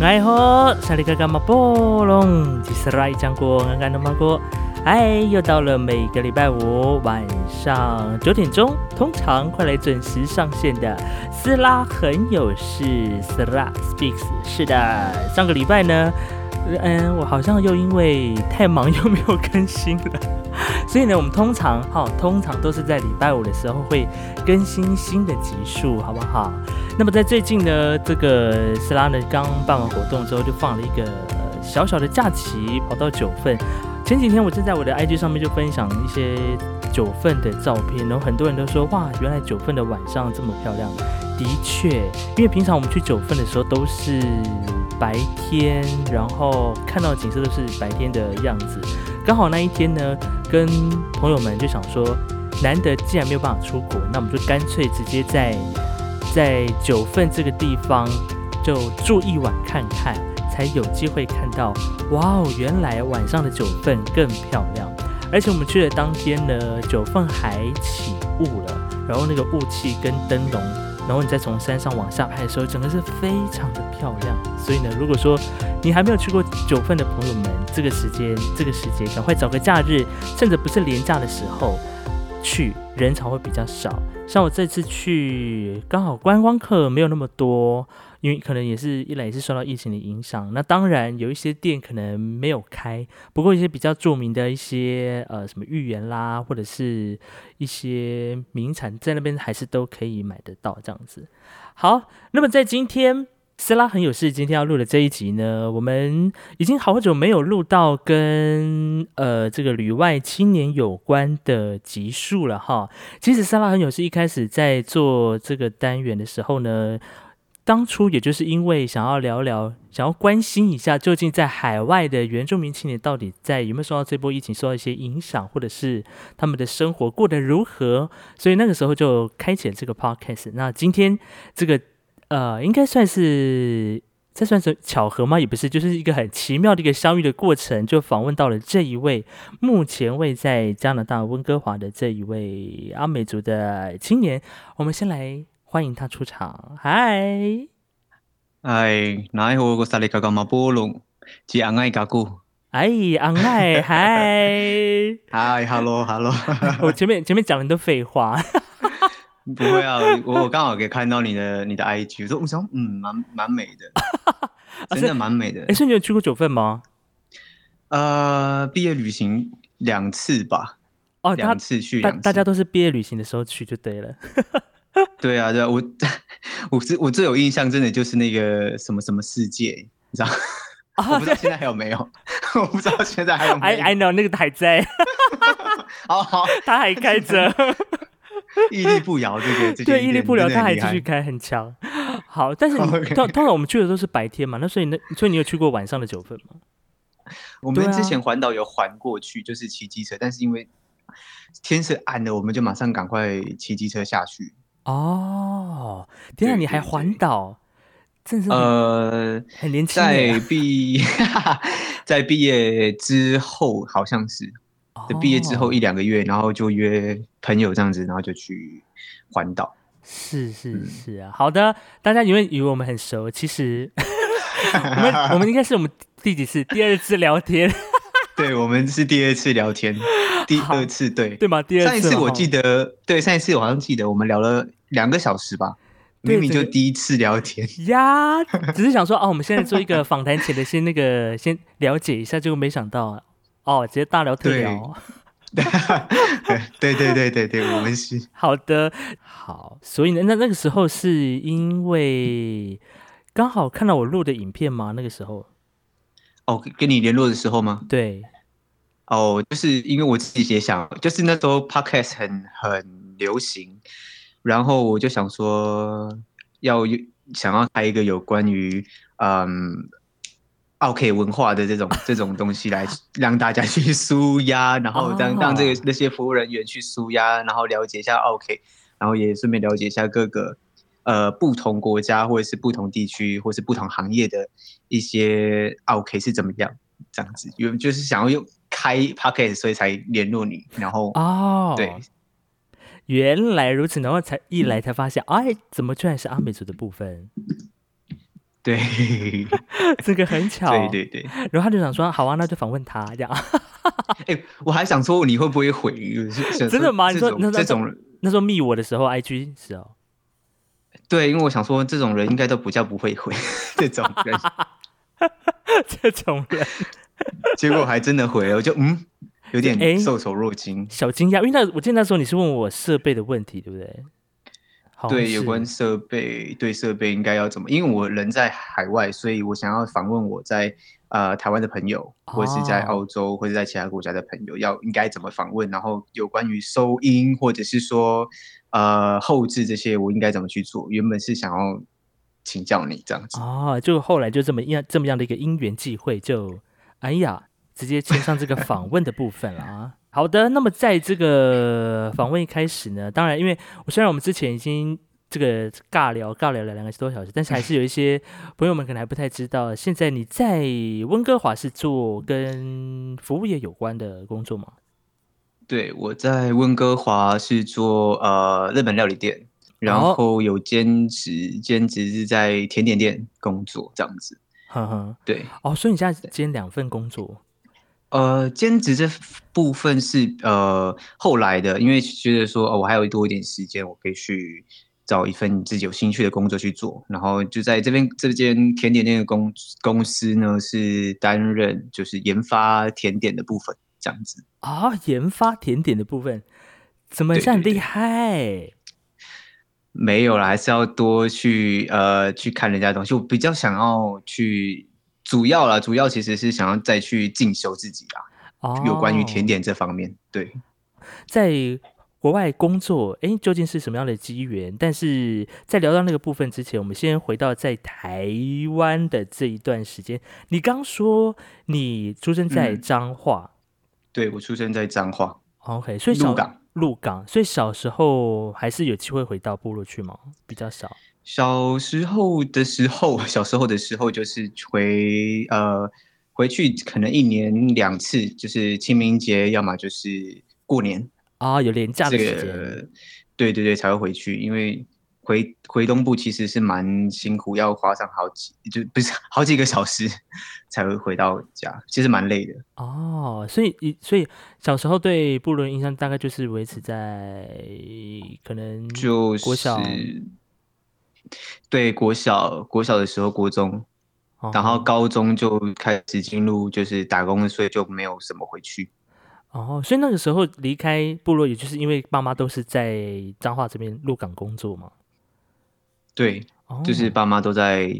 爱好沙里嘎嘎嘛波隆，吉斯拉一张锅，刚刚的芒果。哎，又到了每个礼拜五晚上九点钟，通常快来准时上线的斯拉很有事，斯拉 speaks。是的，上个礼拜呢，嗯，我好像又因为太忙又没有更新了。 所以呢，我们通常哈、通常都是在礼拜五的时候会更新新的集数，好不好？那么在最近呢，这个斯拉呢刚办完活动之后，就放了一个呃小小的假期，跑到九份。前几天我正在我的 IG 上面就分享一些九份的照片，然后很多人都说哇，原来九份的晚上这么漂亮。的确，因为平常我们去九份的时候都是白天，然后看到的景色都是白天的样子。刚好那一天呢，跟朋友们就想说，难得既然没有办法出国，那我们就干脆直接在在九份这个地方就住一晚看看，才有机会看到，哇哦，原来晚上的九份更漂亮。而且我们去的当天呢，九份还起雾了，然后那个雾气跟灯笼，然后你再从山上往下拍的时候，整个是非常的漂亮。所以呢，如果说你还没有去过九份的朋友们，这个时间，这个时节，赶快找个假日，趁着不是廉价的时候去，人潮会比较少。像我这次去，刚好观光客没有那么多，因为可能也是一来也是受到疫情的影响。那当然有一些店可能没有开，不过一些比较著名的一些呃什么芋圆啦，或者是一些名产，在那边还是都可以买得到这样子。好，那么在今天。斯拉很有事，今天要录的这一集呢，我们已经好久没有录到跟呃这个旅外青年有关的集数了哈。其实斯拉很有事一开始在做这个单元的时候呢，当初也就是因为想要聊聊，想要关心一下，究竟在海外的原住民青年到底在有没有受到这波疫情受到一些影响，或者是他们的生活过得如何，所以那个时候就开启了这个 podcast。那今天这个呃，应该算是。这算是巧合吗？也不是，就是一个很奇妙的一个相遇的过程，就访问到了这一位目前位在加拿大温哥华的这一位阿美族的青年。我们先来欢迎他出场。嗨，哎，奈何个萨利嘎嘎马波隆，吉昂爱嘎古，哎，昂爱， 嗨！嗨，hello hello，我前面前面讲了很多废 话，，不会啊，我我刚好可以看到你的你的 IG，我说我想嗯，蛮蛮美的啊真的蛮美的哎，。所以你有去过九份吗？呃，毕业旅行两次吧，哦，大两次去大两大家次。都是毕业旅行的时候去就对了。对啊，对啊，我我最我最有印象真的就是那个什么什么世界，你知道？ 我啊不知道现在还有没有， 我不知道现在还有没，I 有。I know 那个还在，好好，他还开着。屹立不摇这个这件对，屹立事不摇，真的他还很继厉害哦续开，很强。好，但 是你 OK 通通常我们去的都是白天嘛，那所以那所以你有去过晚上的九份吗？我对们啊之前环岛有环过去，就是骑机车，但是因为天色暗了，我们就马上赶快骑机车下去。哦，天啊，对你还对环对岛，真是很,、 呃，很年轻耶在毕在毕业之后，好像是在毕业之后哦一两个月，然后就约朋友这样子，然后就去环岛。是是嗯是啊，好的，大家以为以为我们很熟，其 实我们我们应该是我们第几次第二次聊天对，我们是第二次聊天，第好二次对。对吗？第二哦上一次了我哈记得，对上一次我好像记得我们聊了两个小时吧，对明明这就个第一次聊天。 呀，只是想说哦，我们现在做一个访谈前的先那个先了解一下，结果没想到哦，直接大聊特对聊。对对对对对，我们是。好的，好，所以呢，那那个时候是因为刚好看到我录的影片吗？那个时候，哦，跟跟你联络的时候吗？对，哦，就是因为我自己也想，就是那时候 podcast 很很流行，然后我就想说要有想要开一个有关于嗯奥 K 文化的这种这种东西来让大家去舒压，然后让、让这哦个那些服务人员去舒压，然后了解一下奥 K，然后也顺便了解一下各个呃不同国家或者是不同地区或是不同行业的一些奥 K 是怎么样。这样子，因为就是想要用开 podcast，所以才联络你，然后、哦，对，原来如此，然后才一来才发现，哎，怎么居然是阿美族的部分？对 这个很巧。对对对，然后他就想说，好啊，那就访问他这样。 哎、我还想说你会不会毁？想真的吗你这说种那那这种人，那时候密我的时候，IG 是哦， 对，因为我想说这种人应该都不叫不会毁 这种 人，这种人结果还真的毁了，我就嗯，有哎点受宠若惊。小惊讶，因为那我记得那时候你是问我设备的问题，对不对？好像对，有是关设备，对设备应该要怎么？因为我人在海外，所以我想要访问我在呃台湾的朋友，或者是在哦澳洲，或者在其他国家的朋友，要应该怎么访问？然后有关于收音，或者是说呃后置这些，我应该怎么去做？原本是想要请教你这样子，哦，就后来就这么样这么样的一个因缘际会，就哎呀，直接签上这个访问的部分了啊。好的，那么在这个访问一开始呢，当然，因为我虽然我们之前已经这个尬聊尬聊了两个多小时，但是还是有一些朋友们可能还不太知道，现在你在温哥华是做跟服务业有关的工作吗？对我在温哥华是做呃日本料理店。然哦后有兼职，兼职是在甜点店工作这样子。哼哼，对，哦，所以你现在兼两份工作，呃，兼职这部分是呃后来的，因为觉得说哦，我还有多一点时间，我可以去找一份自己有兴趣的工作去做。然后就在这边这间甜点店的公公司呢，是担任就是研发甜点的部分这样子。啊、研发甜点的部分，怎么对这样对厉害？没有啦，还是要多去呃去看人家的东西。我比较想要去，主要啦，主要其实是想要再去进修自己啦，哦，有关于甜点这方面。对，在国外工作，诶，究竟是什么样的机缘？但是在聊到那个部分之前，我们先回到在台湾的这一段时间。你刚说你出生在嗯彰化、对我出生在彰化。 o k 所以小鹿港，鹿港，所以小时候还是有机会回到部落去吗？比较少。小时候的时候， 小时候的时候就是回呃回去，可能一年两次，就是清明节，要么就是过年啊、有廉价的这时间，个，对对对，才会回去，因为。回回东部其实是蛮辛苦，要花上好几就不是好几个小时 才会回到家，其实蛮累的。哦，所以你所以小时候对部落的印象大概就是维持在可能就是国小，对国小国小的时候，国中哦然后高中就开始进入就是打工，所以就没有什么回去。哦，所以那个时候离开部落，也就是因为爸妈都是在彰化这边鹿港工作嘛。对，哦，就是爸妈都在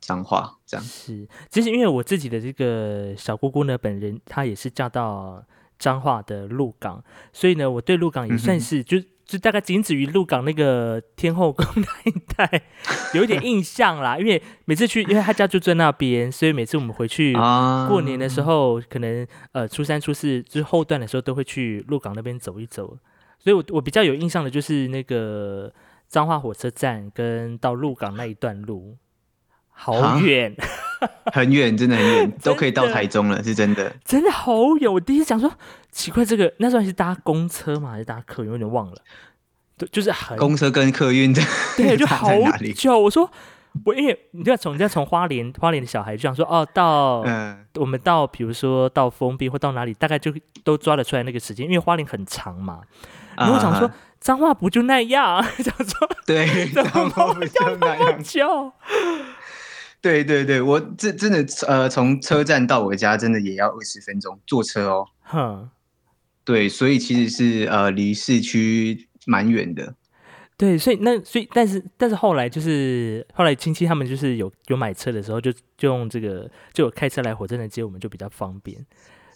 彰化这样。是，其实因为我自己的这个小姑姑呢，本人她也是嫁到彰化的鹿港，所以呢，我对鹿港也算嗯哼是、就就大概仅止于鹿港那个天后宫那一带 有一点印象啦。因为每次去，因为她家住在那边，所以每次我们回去啊过年的时候，可能呃初三、初四就是后段的时候，都会去鹿港那边走一走。所以我我比较有印象的就是那个彰化火车站跟到鹿港那一段路，好啊远， 很远，真的很远，都可以到真的台中了，是真的。真的好远。我第一次想说，奇怪，这个那时候还是搭公车嘛，还是搭客运，有点忘了。对，就是很公车跟客运站对，就站好在哪里？久。我说我因为你知道从你知道从花莲花莲的小孩就想说哦到。 嗯，我们到比如说到封闭或到哪里，大概就都抓得出来那个时间，因为花莲很长嘛。然后我想说啊，，脏话不就那样？ 想说对， 怎彰么化不就那样？就对对对，我这真的呃，从车站到我家真的也要二十分钟，坐车哦。哼，对，所以其实是呃离市区蛮远的。对，所以那所以但是但是后来就是后来亲戚他们就是有有买车的时候就，就用这个就有开车来火车站接我们，就比较方便。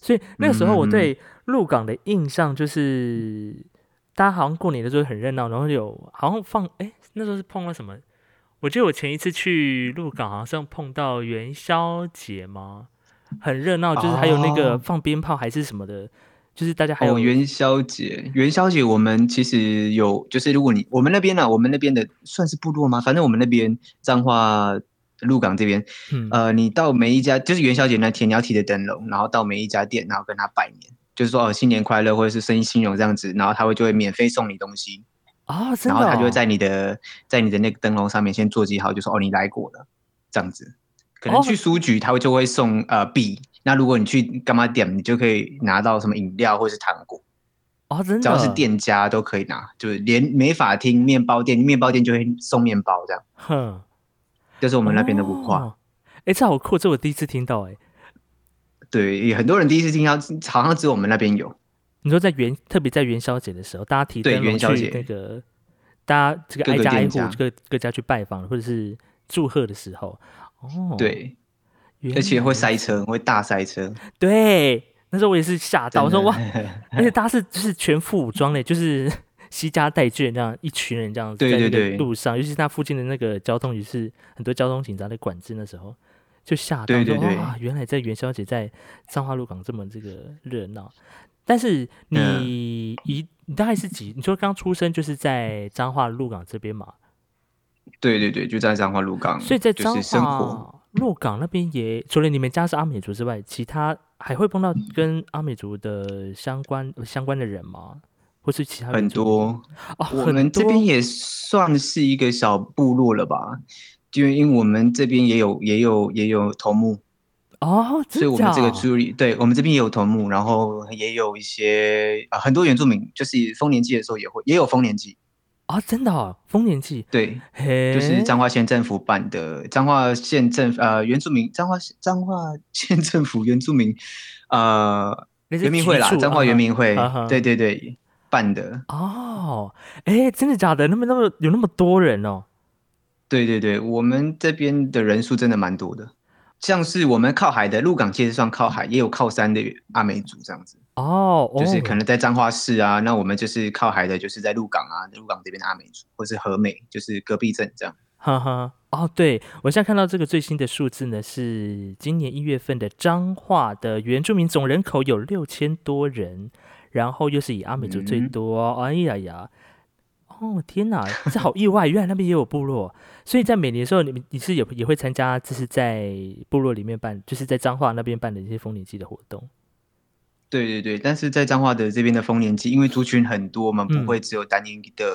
所以那个时候我嗯对鹿港的印象就是，大家好像过年的时候很热闹，然后有好像放哎那时候是碰到什么？我记得我前一次去鹿港好像碰到元宵节嘛，很热闹，就是还有那个哦放鞭炮还是什么的，就是大家还有、哦，元宵节，元宵节我们其实有，就是如果你我们那边呢、啊，我们那边的算是部落吗？反正我们那边彰化鹿港这边，嗯呃，你到每一家就是元宵节那天你要提着灯笼，然后到每一家店，然后跟他拜年，就是说哦新年快乐或者是生意兴隆这样子，然后他会就会免费送你东西，啊、真然的、哦，后他就会在你的在你的那个灯笼上面先做记号，就说哦你来过了，这样子。可哦能去书局，他会就会送呃笔。那如果你去干嘛点，你就可以拿到什么饮料或是糖果，哦，真的，只要是店家都可以拿，就是连美法厅、面包店，面包店就会送面包这样。哼，这是我我们那边的文化。哎、这好酷，这我第一次听到、哎，对，也很多人第一次听到，好像只有我们那边有。你说在元，特别在元宵节的时候，大家提对灯笼元宵去节那个，大家这个各挨个家挨店户家各各家去拜访，或者是祝贺的时候，哦，，对，原而且会来塞车，会大塞车。对，那时候我也是吓到，我说真的哇， 而且大家是就是全副武装的，就是 西家带眷这样一群人这样子对在那对个对路上，尤其是那附近的那个交通也是很多交通警察在管制，那时候就吓到对对说对哇，原来在元宵节在彰化鹿港这么这个热闹。但是嗯你一、你大概是几？你说刚出生就是在彰化鹿港这边嘛，对对对，就在彰化鹿港，所以在就彰是生活。化鹿港那边也除了你们家是阿美族之外，其他还会碰到跟阿美族的相关呃相关的人吗？或是其他很原住民多，哦，我很们这多边也算是一个小部落了吧，就因为我们这边也有也有也有头目，哦，所以我真们这个假族里，对我们这边也有头目，然后也有一些啊、很多原住民，就是丰年祭的时候也会也有丰年祭，啊、真的、哦、丰年祭，对，嘿，就是彰化县政府办的彰化县政呃原住民彰化彰化县政府原住民呃那是原民会啦局，处彰化啊原民会，啊哈对对对办的，哦，哎，真的假的？那么那么有那么多人哦，对对对，我们这边的人数真的蛮多的，像是我们靠海的鹿港街是算靠海，也有靠山的阿美族这样子，哦，就是哦可能在彰化市啊，那我们就是靠海的，就是在鹿港啊，鹿港这边的阿美族，或是和美，就是隔壁镇这样。哈哈，哦，对我现在看到这个最新的数字呢，是今年一月份的彰化的原住民总人口有六千多人，然后又是以阿美族最嗯多，哎呀呀，哦天哪，这好意外， 原来那边也有部落，所以在每年的时候，你们你是有也会参加，就是在部落里面办，就是在彰化那边办的一些丰年祭的活动，对对对，但是在彰化的这边的丰年祭，因为族群很多，我们嗯不会只有单一的，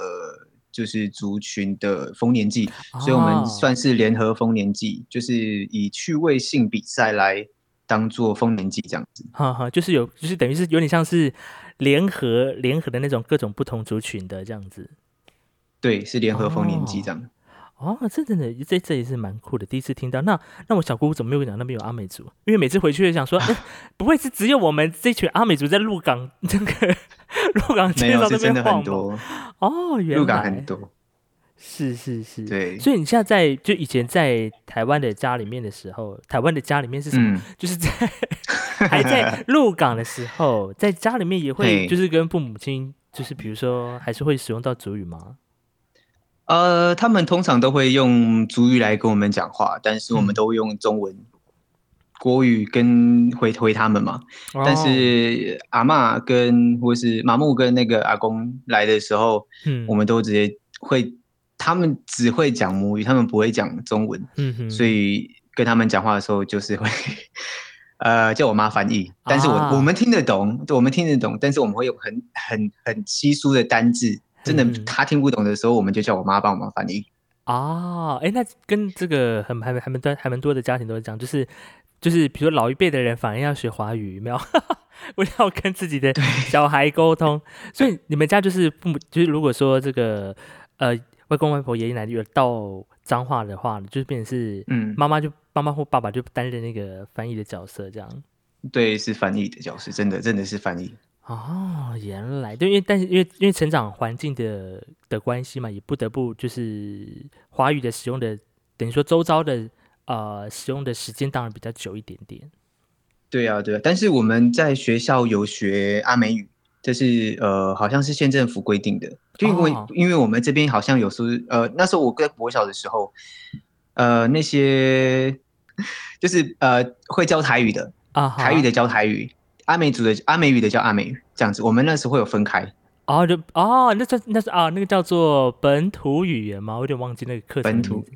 就是族群的丰年祭，所以我哦们算是联合丰年祭，就是以趣味性比赛来当做丰年祭这样子。哈哈，就是有就是等于是有点像是联合联合的那种各种不同族群的这样子。对，是联合丰年祭这样。哦，这真的，这这也是蛮酷的，第一次听到。那那我小姑姑怎么没有跟你讲那边有阿美族？因为每次回去就想 说，哎不会是只有我们这群阿美族在鹿港那个鹿港没街有 上是那真边的很晃吧？多，哦，原来鹿港很多。是是是，。对，所以你现在在就以前在台湾的家里面的时候，台湾的家里面是什么？嗯，就是在还 在鹿港的时候，在家里面也会嘿就是跟父母亲，就是比如说还是会使用到主语吗？呃，他们通常都会用族语来跟我们讲话，但是我嗯们都会用中文、国语跟回回他们嘛。但哦是阿嬷跟或是麻木跟那个阿公来的时候，嗯我们都直接会，他们只会讲母语，他们不会讲中文，嗯哼所以跟他们讲话的时候就是会。呃，叫我妈翻译，但是我、啊我们听得懂，对我们听得懂，但是我们会有很很很稀疏的单字，真的嗯他听不懂的时候，我们就叫我妈帮我们翻译。啊，哎，那跟这个很还蛮还蛮多还蛮多的家庭都是这样，就是就是，比如说老一辈的人反而要学华语，有没 有？为了要跟自己的小孩沟通，所以你们家就是父母，就是如果说这个呃外公外婆、爷爷奶奶有到彰化的话，就是变成是嗯，妈妈就妈妈或爸爸就担任那个翻译的角色，这样。对，是翻译的教师，真的真的是翻译。哦，原来对，因为但是因为因为成长环境的的关系嘛，也不得不就是华语的使用的，等于说周遭的呃使用的时间当然比较久一点点。对啊，对啊。但是我们在学校有学阿美语，这是呃，好像是县政府规定的。就因为、哦因为我们这边好像有时候呃，那时候我在国小的时候，呃，那些就是呃会教台语的，啊，台语的教台语，阿美族的阿美语的教阿美语，这样子。我们那时候会有分开好，哦就哦，那算那是啊，那个叫做本土语言嘛，我有点忘记那个课程的本名土字。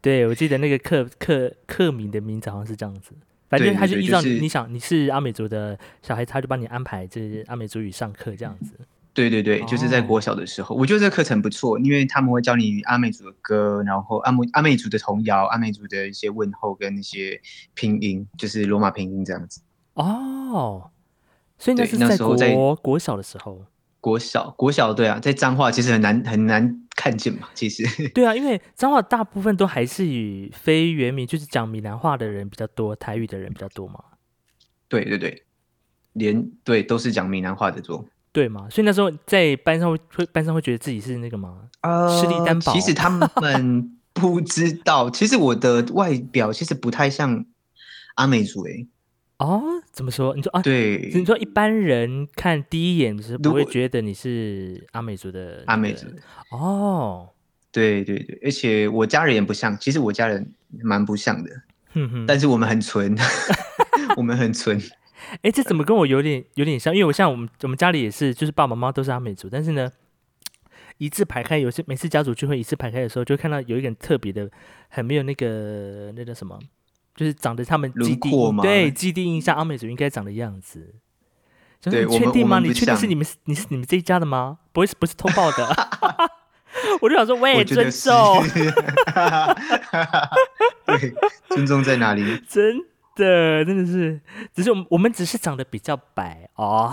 对，我记得那个课课课名的名字好像是这样子，反对正对他就对依就照你是你想你是阿美族的小孩，他就帮你安排这阿美族语上课这样子。对对对，就是在国小的时候，我觉得这个课程不错，因为他们会教你阿美族的歌，然后阿美阿美族的童谣、阿美族的一些问候跟一些拼音，就是罗马拼音这样子。哦，所以那对是那在时候在国国小的时候。国小国小对啊，在彰化其实很难很难看见嘛，其实 对啊，因为彰化大部分都还是以非原民，就是讲闽南话的人比较多，台语的人比较多嘛，对对对，连对都是讲闽南话的做。对嘛？所以那时候在班上会会班上会觉得自己是那个嘛，啊吃力担保其实他们不知道，其实我的外表其实不太像阿美族诶、欸哦，怎么说？你说啊，对，你说一般人看第一眼就是不如会果觉得你是阿美族的阿那美个族，哦，对对对，而且我家人也不像，其实我家人蛮不像的，哼哼。但是我们很纯， 我们很 纯，哎，这怎么跟我有点有点像？因为我像我们我们家里也是，就是爸爸妈妈都是阿美族，但是呢，一字排开，有些每次家族聚会一字排开的时候，就会看到有一个人特别的，很没有那个那叫什么，就是长得他们轮基地廓印吗对基地印象阿美族应该长的样子。想说对你我确们定我吗？们你不确定是像你们是你是你们这一家的吗？不会是不是偷报的？ 我就想说，喂，我觉哎尊得是重，， 对，尊重在哪里？真的真的是，只是我们我们只是长得比较白哦。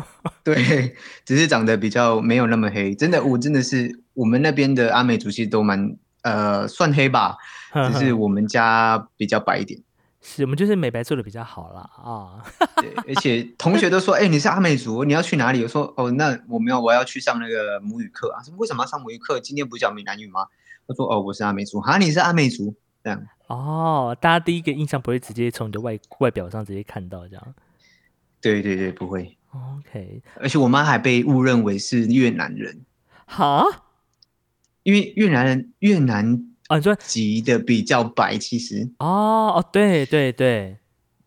对，只是长得比较没有那么黑，真的，我真的是我们那边的阿美族其实都蛮呃算黑吧，只嗯是我们家比较白一点。是我们就是美白做的比较好啦啊，对，而且同学都说，哎、你是阿美族，你要去哪里？我说，哦，那我没有，我要去上那个母语课啊。什么？为什么要上母语课？今天不是讲闽南语吗？他说，哦，我是阿美族，哈，你是阿美族，这样。哦，大家第一个印象不会直接从你的外外表上直接看到这样。对对对，不会。 OK，而且我妈还被误认为是越南人，好因为越南人越南哦，你说籍的比较白，其实哦哦，对对对，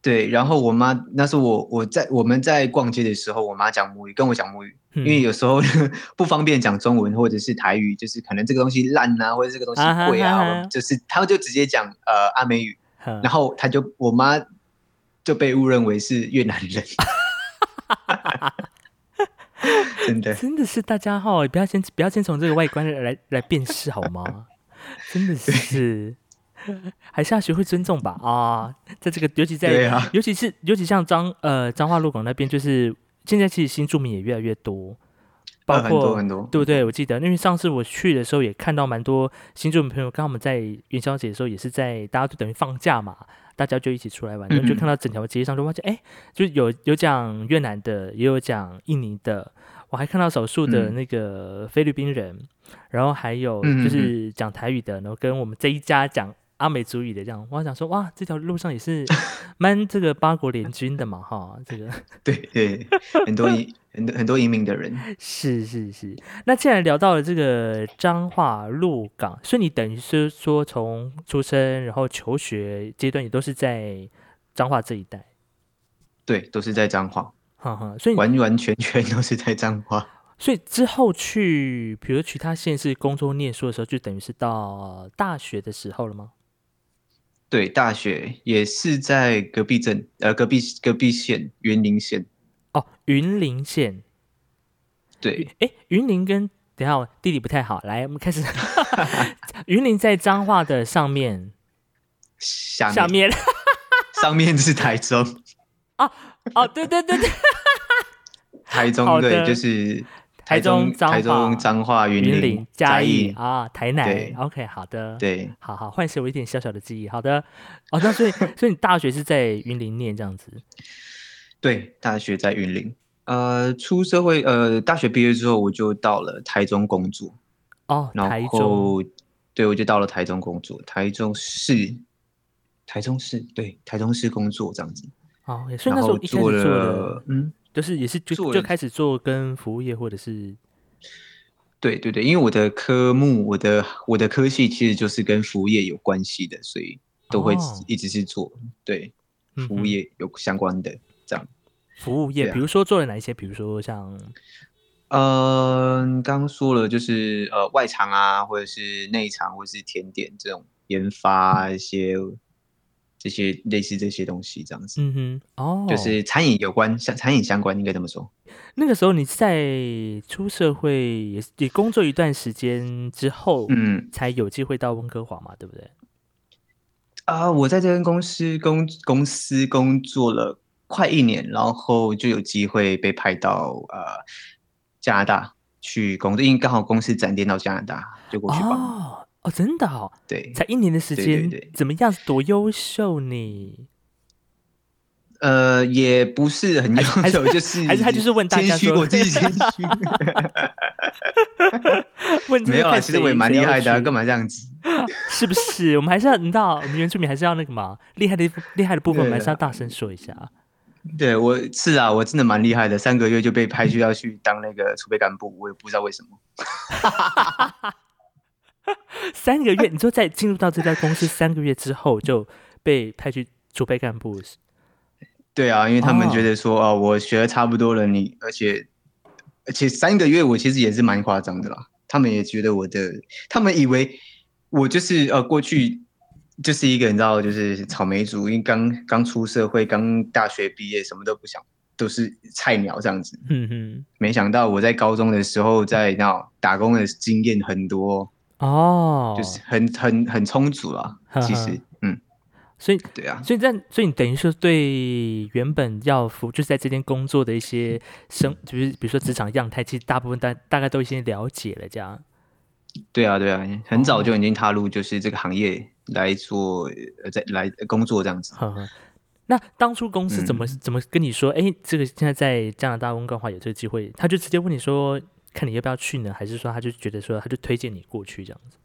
对。然后我妈那时候我我在我们在逛街的时候，我妈讲母语，跟我讲母语，因因为有时候 不方便讲中文或者是台语，就是可能这个东西烂啊，或者这个东西贵啊啊，哈哈哈我们就是他就直接讲呃阿美语，然后他就我妈就被误认为是越南 人，真的真的是大家哈、不要先不要先从这个外观来来辨识好吗？真的是，还是要学会尊重吧啊，在这个尤 其在对啊，尤其是尤其像彰呃彰化鹿港那边，就是现在其实新住民也越来越多，包呃很多括很多，对不对？我记得，因为上次我去的时候也看到蛮多新住民朋友，刚好我们在元宵节的时候也是在大家就等于放假嘛，大家就一起出来玩，然后就嗯嗯看到整条街上就发现，哎，就有有讲越南的，也有讲印尼的，我还看到少数的嗯那个菲律宾人，然后还有嗯嗯就是讲台语的，然后跟我们这一家讲。阿美族语的这样，我还想说，哇，这条路上也是 蛮这个八国联军的嘛，哈，这个对对，很多 移很多很多移民的人，是是是，那既然聊到了这个彰化鹿港，所以你等于是说从出生然后求学阶段也都是在彰化这一带，对，都是在彰化，哈哈。所以你完完全全都是在彰化。所以之后去，比如去他县市工作念书的时候，就等于是到大学的时候了吗？对，大学也是在隔壁镇，呃，隔壁隔壁县云林县。哦，云林县，对，哎，云林跟等一下我地理不太好，来我们开 始，云林在彰化的上面，下面下面 上面是台中，哦，对对对对，台好的中对，就是台台中中、彰化台中、彰化、 云云林林、嘉义义，啊，台南对，OK，好的，对好好，唤醒我一点小小的记忆。好的，哦，那 所以所以你大学是在云林念这样子，对，大学在云林。呃，出社会，呃，大学毕业之后我就到了台中工作，哦，台然中，后对我就到了台中工作，台中市，台中市对，台中市工作这样子，哦，所以那然时候后一开始做了的，嗯，就是也是就做就了开始做跟服务业或者是对对对，因为我的科目，我的我的科系其实就是跟服务业有关系的，所以都会哦一直是做、对嗯服务哼业有相关的这样。服务业，对啊比如说做了哪一些，比如说像嗯，刚说了就是呃外场啊，或者是内场，或者是甜点这种研发一些这些类似这些东西这样子，嗯哼，哦，就是餐饮有关，像餐饮相关应该这么说。那个时候你在出社会也是也工作一段时间之后，嗯才有机会到温哥华嘛，对不对？啊、我在这间公司工公司工作了快一年，然后就有机会被派到呃加拿大去工作，因为刚好公司展店到加拿大，就过去帮。哦哦，真的哦，对，才一年的时对间，对对怎么样？多优秀你？呃，也不是很优还是秀， 就是还是他就是问大家谦虚，说我自己谦 虚，问这没个有啊，看其实谁我也蛮谁厉要害的啊、去干嘛这样子？是不是？我们还是要，你知道，我们原住民还是要那个嘛，厉害的厉害的部分，我们还是要大声说一下。啊对我是啊，我真的蛮厉害的，三个月就被派去要去当那个储备干部，我也不知道为什么。三个月，你就在进入到这家公司三个月之后，就被派去储备干部。对啊，因为他们哦觉得说，哦、我学的差不多了，你而且而且三个月，我其实也是蛮夸张的啦。他们也觉得我的，他们以为我就是呃过去就是一个你知道，就是草莓族，因为刚刚出社会，刚大学毕业，什么都不想，都是菜鸟这样子。嗯没想到我在高中的时候，在那打工的经验很多，哼，哦，就是很很很充足啦。呵呵其实，嗯，所以对啊，所以这样，所以你等于说对原本要服，就是在这边工作的一些生，就是比如说职场样态，其实大部分大大概都已经了解了，这样。对啊，对啊，很早哦就已经踏入就是这个行业来做，呃，在来工作这样子。呵呵。那当初公司怎么、怎么跟你说？哎，这个现在在加拿大温哥华有这个机会，他就直接问你说，看你要不要去呢？还是说他就觉得说他就推荐你过去这样子？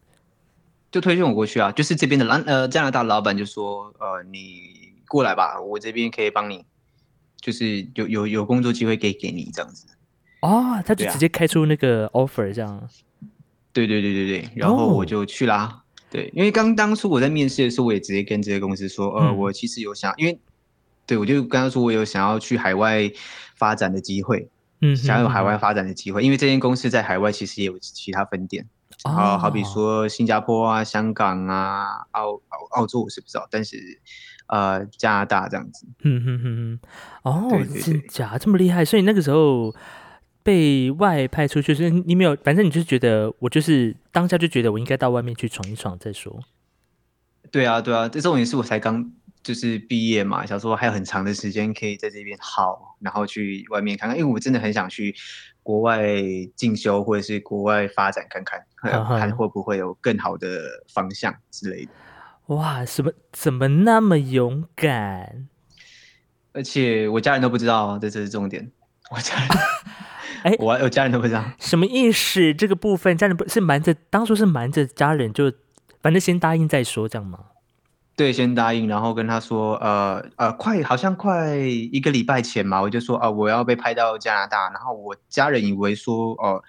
就推荐我过去啊，就是这边的老呃加拿大老板就说，呃，你过来吧，我这边可以帮你，就是有有有工作机会可以给你这样子。哦，他就对啊直接开出那个 offer 这样。对对对对对，然后哦我就去啦。对，因为刚当初我在面试的时候，我也直接跟这些公司说，呃，嗯我其实有想，因为对我就刚刚说我有想要去海外发展的机会，嗯哼，想要有海嗯外哼发展的机会，因为这间公司在海外其实也有其他分店。啊、哦，好比说新加坡啊、香港啊、澳澳澳洲我是不知道，但是呃加拿大这样子，嗯哼哼哼，哦对，对真对假这么厉害？所以那个时候被外派出去，是你没有，反正你就觉得我就是当下就觉得我应该到外面去闯一闯再说。对啊对啊，这重点是我才刚就是毕业嘛，想说还有很长的时间可以在这边好，然后去外面看看，因为我真的很想去国外进修或者是国外发展看看，嗯哼看会不会有更好的方向之类的。哇，什么怎么那么勇敢？，而且我家人都不知道啊，这这是重点，我家人 哎我我家人都不知道。什么意思？这个部分家人不是瞒着，当初是瞒着家人就，反正先答应再说，这样吗？对，先答应，然后跟他说，呃呃，快，好像快一个礼拜前嘛，我就说啊、我要被派到加拿大，然后我家人以为说，哦、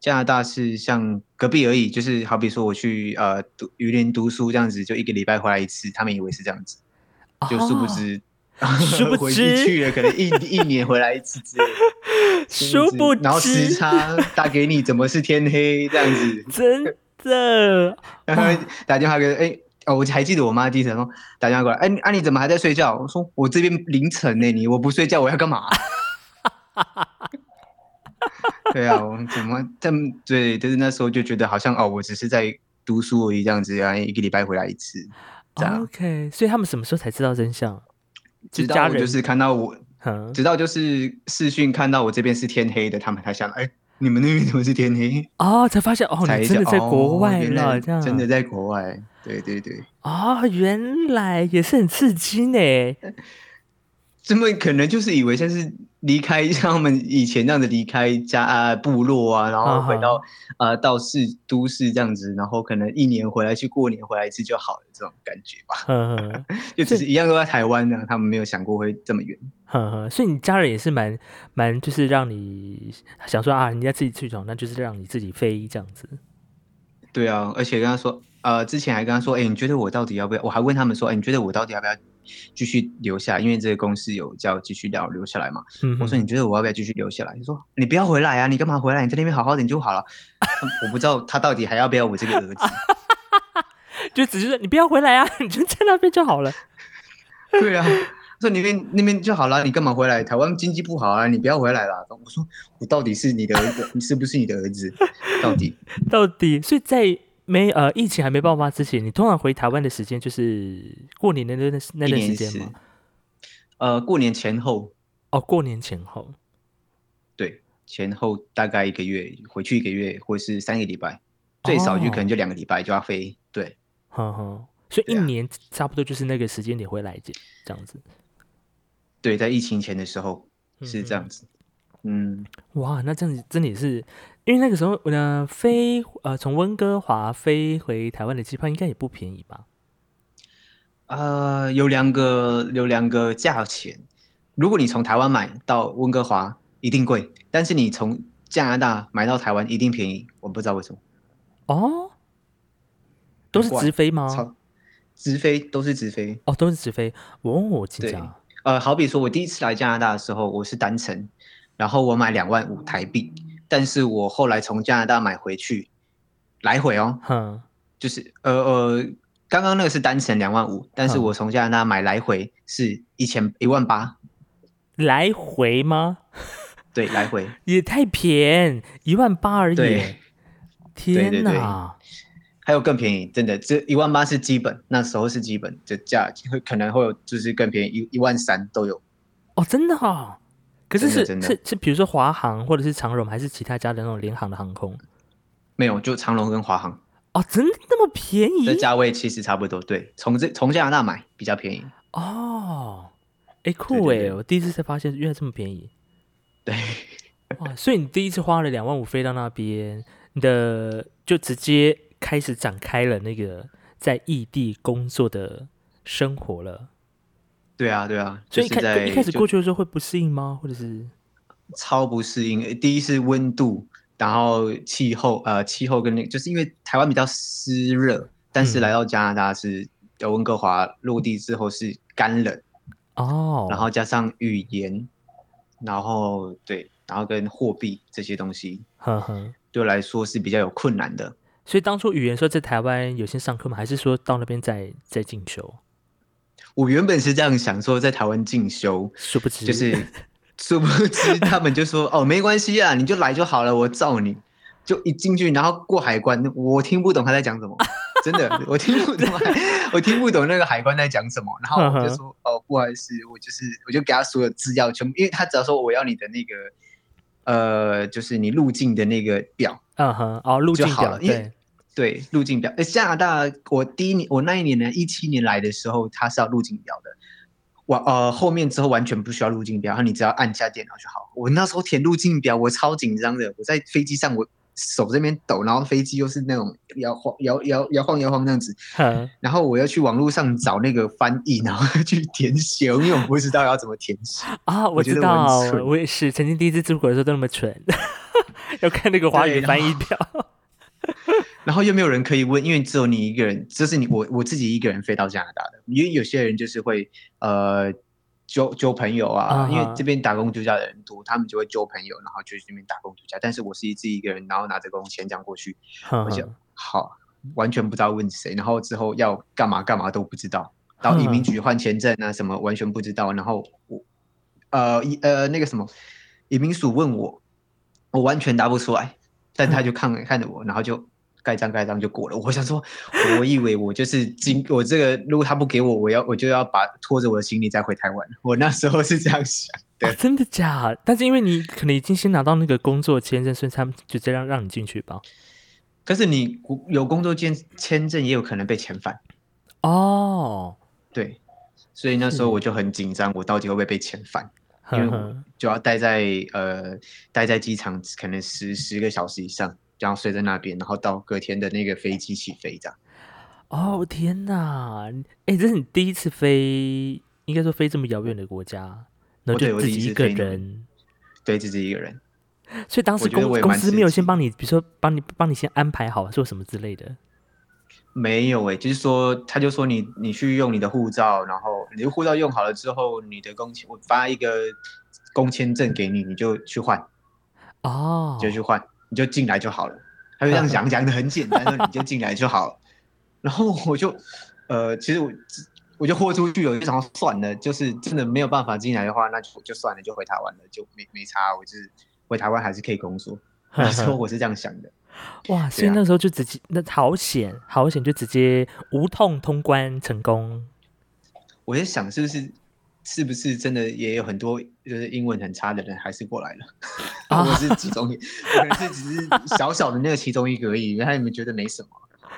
加拿大是像隔壁而已，就是好比说我去呃读榆林读书这样子，就一个礼拜回来一次，他们以为是这样子，就殊不知，哦 殊不回知去去了可能一一年回来一次之类的， 殊不然后时知差打给你怎么是天黑这样子，真的，然后他打电话给哎、哦，我还记得我妈第一次说打电话过来，哎、你啊你怎么还在睡觉？我说我这边凌晨呢、你我不睡觉我要干嘛？ 对啊，我怎么这么对？就是那时候就觉得好像哦，我只是在读书而已，这样子，然后一个礼拜回来一次， 这样。 OK，所以他们什么时候才知道真相？直家到我人就是看到我，哼，直到就是视讯看到我这边是天黑的，他们才想，哎、你们那边怎么是天黑？哦，才发现哦，才你真的想在国哦外原了，来这样真的在国外，对对对。哦，原来也是很刺激呢。他们可能就是以为像是离开像他们以前那样的离开家、啊、部落啊，然后回到、呃到市都市这样子，然后可能一年回来去过年回来一次就好了这种感觉吧，呵呵就只是一样都在台湾呢、他们没有想过会这么远。呵呵，所以你家人也是蛮蛮，就是让你想说啊，你要自己去闯，那就是让你自己飞这样子。对啊，而且跟他说，呃，之前还跟他说，哎、你觉得我到底要不要？我还问他们说，哎、你觉得我到底要不要继续留下来？因为这个公司有叫继续聊留下来嘛。嗯我说哼你觉得我要不要继续留下来？他说你不要回来啊，你干嘛回来？你在那边好好的你就好了。我不知道他到底还要 不要我这个儿子。就只是说你不要回来啊，你就在那边就好了。对啊，他说你那边那边就好啦，你干嘛回来？台湾经济不好啊，你不要回来啦。我说我到底是你的儿子，你是不是你的儿子？到底到底，所以在没呃疫情还没爆发之前，你通常回台湾的时间就是过年的那段那一段年时一间次吗？。呃，过年前后，哦，过年前后。对，前后大概一个月，回去一个月，或是三个礼拜，最少就可哦能就两个礼拜就要飞。对，哼哼，所以一对啊年差不多就是那个时间点回来这这样子。对，在疫情前的时候是这嗯样子。嗯，哇，那这样子真的也是，因为那个时候呢，飞呃从温哥华飞回台湾的机票应该也不便宜吧？呃，有两个有两个价钱，如果你从台湾买到温哥华一定贵，但是你从加拿大买到台湾一定便宜，我不知道为什么，哦，都是很怪直飞吗？超直飞都是直飞。哦，都是直飞。哦，真的啊呃，好比说我第一次来加拿大的时候，我是单程，然后我买两万五台币，但是我后来从加拿大买回去，来回哦，哼，就是呃呃，刚刚那个是单程两万五，但是嗯我从加拿大买来回是一千一万八，来回吗？对，来回。也太便一万八而已对耶。天对哪！哦还有更便宜，真的，这一万八是基本，那时候是基本，这价会可能会有就是更便宜，一一万三都有。哦，真的哦。可是真的是真的是是，比如说华航或者是长荣，还是其他家的那种联航的航空？没有，就长隆跟华航哦，真的那么便宜的？价位其实差不多，对，从这从加拿大买比较便宜，哦，哎酷对对哎！对我第一次才发现原来这么便宜对，哇！所以你第一次花了两万五飞到那边，你的就直接开始展开了那个在异地工作的生活了。对啊，对啊，所就以一是开在一开始就过去的时候会不适应吗？或者是超不适应，第一是温度，然后气候，呃，气候跟那就是因为台湾比较湿热，但是嗯来到加拿大是呃温哥华落地之后是干冷，哦，然后加上语言，然后对，然后跟货币这些东西，呵呵。对我来说是比较有困难的。所以当初语言说在台湾有先上课吗？还是说到那边再再进修？我原本是这样想说，在台湾进修，殊不知就是殊不知他们就说哦，没关系啊，你就来就好了，我罩你。就一进去，然后过海关，我听不懂他在讲什么，真的，我听不懂， 我听不懂那个海关在讲什么。然后我就说哦，不好意思，我就是我就给他所有资料全部，因为他只要说我要你的那个。呃，就是你入境的那个表，嗯哼哦，路就径好表了因为对对，入境表。呃，加拿大，我第一年，我那一年呢，一七年来的时候，它是要入境表的。完，呃，后面之后完全不需要入境表，然后你只要按下电脑就好。我那时候填入境表，我超紧张的，我在飞机上，我手这边抖，然后飞机又是那种摇晃、摇摇摇晃、摇晃那样子， 哼然后我要去网络上找那个翻译，然后去填写，因为我不知道要怎么填写。啊，我觉知得我很道，蠢我也是曾经第一次出国的时候都那么蠢， 要看那个华语对然翻译表。 然后又没有人可以问，因为只有你一个人，这是你我我自己一个人飞到加拿大的。因为有些人就是会呃揪揪朋友啊啊哈因为这边打工度假的人多，他们就会揪朋友，然后去那边打工度假。但是我是一自己一个人，然后拿着工钱这样过去，哼我就哼好完全不知道问谁，然后之后要干嘛干嘛都不知道，到移民局换签证啊什么完全不知道，然后我呃移呃那个什么移民署问我，我完全答不出来，但他就看了看着我，然后就。盖章盖章就过了。我想说，我以为我就是经我这个，如果他不给我，我要我就要把拖着我的行李再回台湾。我那时候是这样想，对哦真的假的？但是因为你可能已经先拿到那个工作签证，所以他们就这样让你进去吧。可是你有工作签签证，也有可能被遣返。哦，对，所以那时候是我就很紧张，我到底会不会被遣返？因为呵我呵，就要待在呃待在机场，可能十十个小时以上，然后睡在那边，然后到隔天的那个飞机起飞这样。哦天哪！哎，这是你第一次飞，应该说飞这么遥远的国家，然后哦对就我自第一己一次个飞那人。对自己一个人，所以当时我觉得公我也公蛮司刺没有先激帮你，比如说帮你帮你先安排好做什么之类的。没有诶、欸就是说他就说你你去用你的护照，然后你的护照用好了之后，你的工签我发一个工签证给你，你就去换，哦， 就去换，你就进来就好了。他就这样讲，讲的很简单，说你就进来就好了。然后我就，呃，其实我我就豁出去了，我就想说算了，就是真的没有办法进来的话，那就就算了，就回台湾了，就没没差，我就是回台湾还是可以工作。那时候我是这样想的，啊哇，所以那时候就直接那好险，好险就直接无痛通关成功。我在想是不是是不是真的也有很多就是英文很差的人还是过来了，啊我是其中一，我可能是只是小小的那个其中一个而已，然后你们觉得没什么。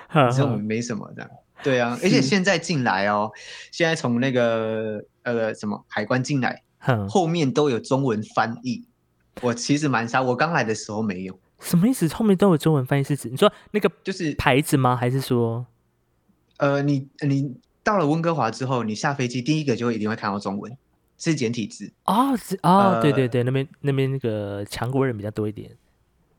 呵其实我们呵没什么这样。对啊，而嗯且现在进来哦，现在从那个呃什么海关进来，呵后面都有中文翻译。我其实蛮傻，我刚来的时候没有，什么意思？后面都有中文翻译是指你说那个就是牌子吗？还是说呃你你到了温哥华之后，你下飞机第一个就一定会看到中文，是简体字。哦是哦、对呃对对，那边那边那个强国人比较多一点。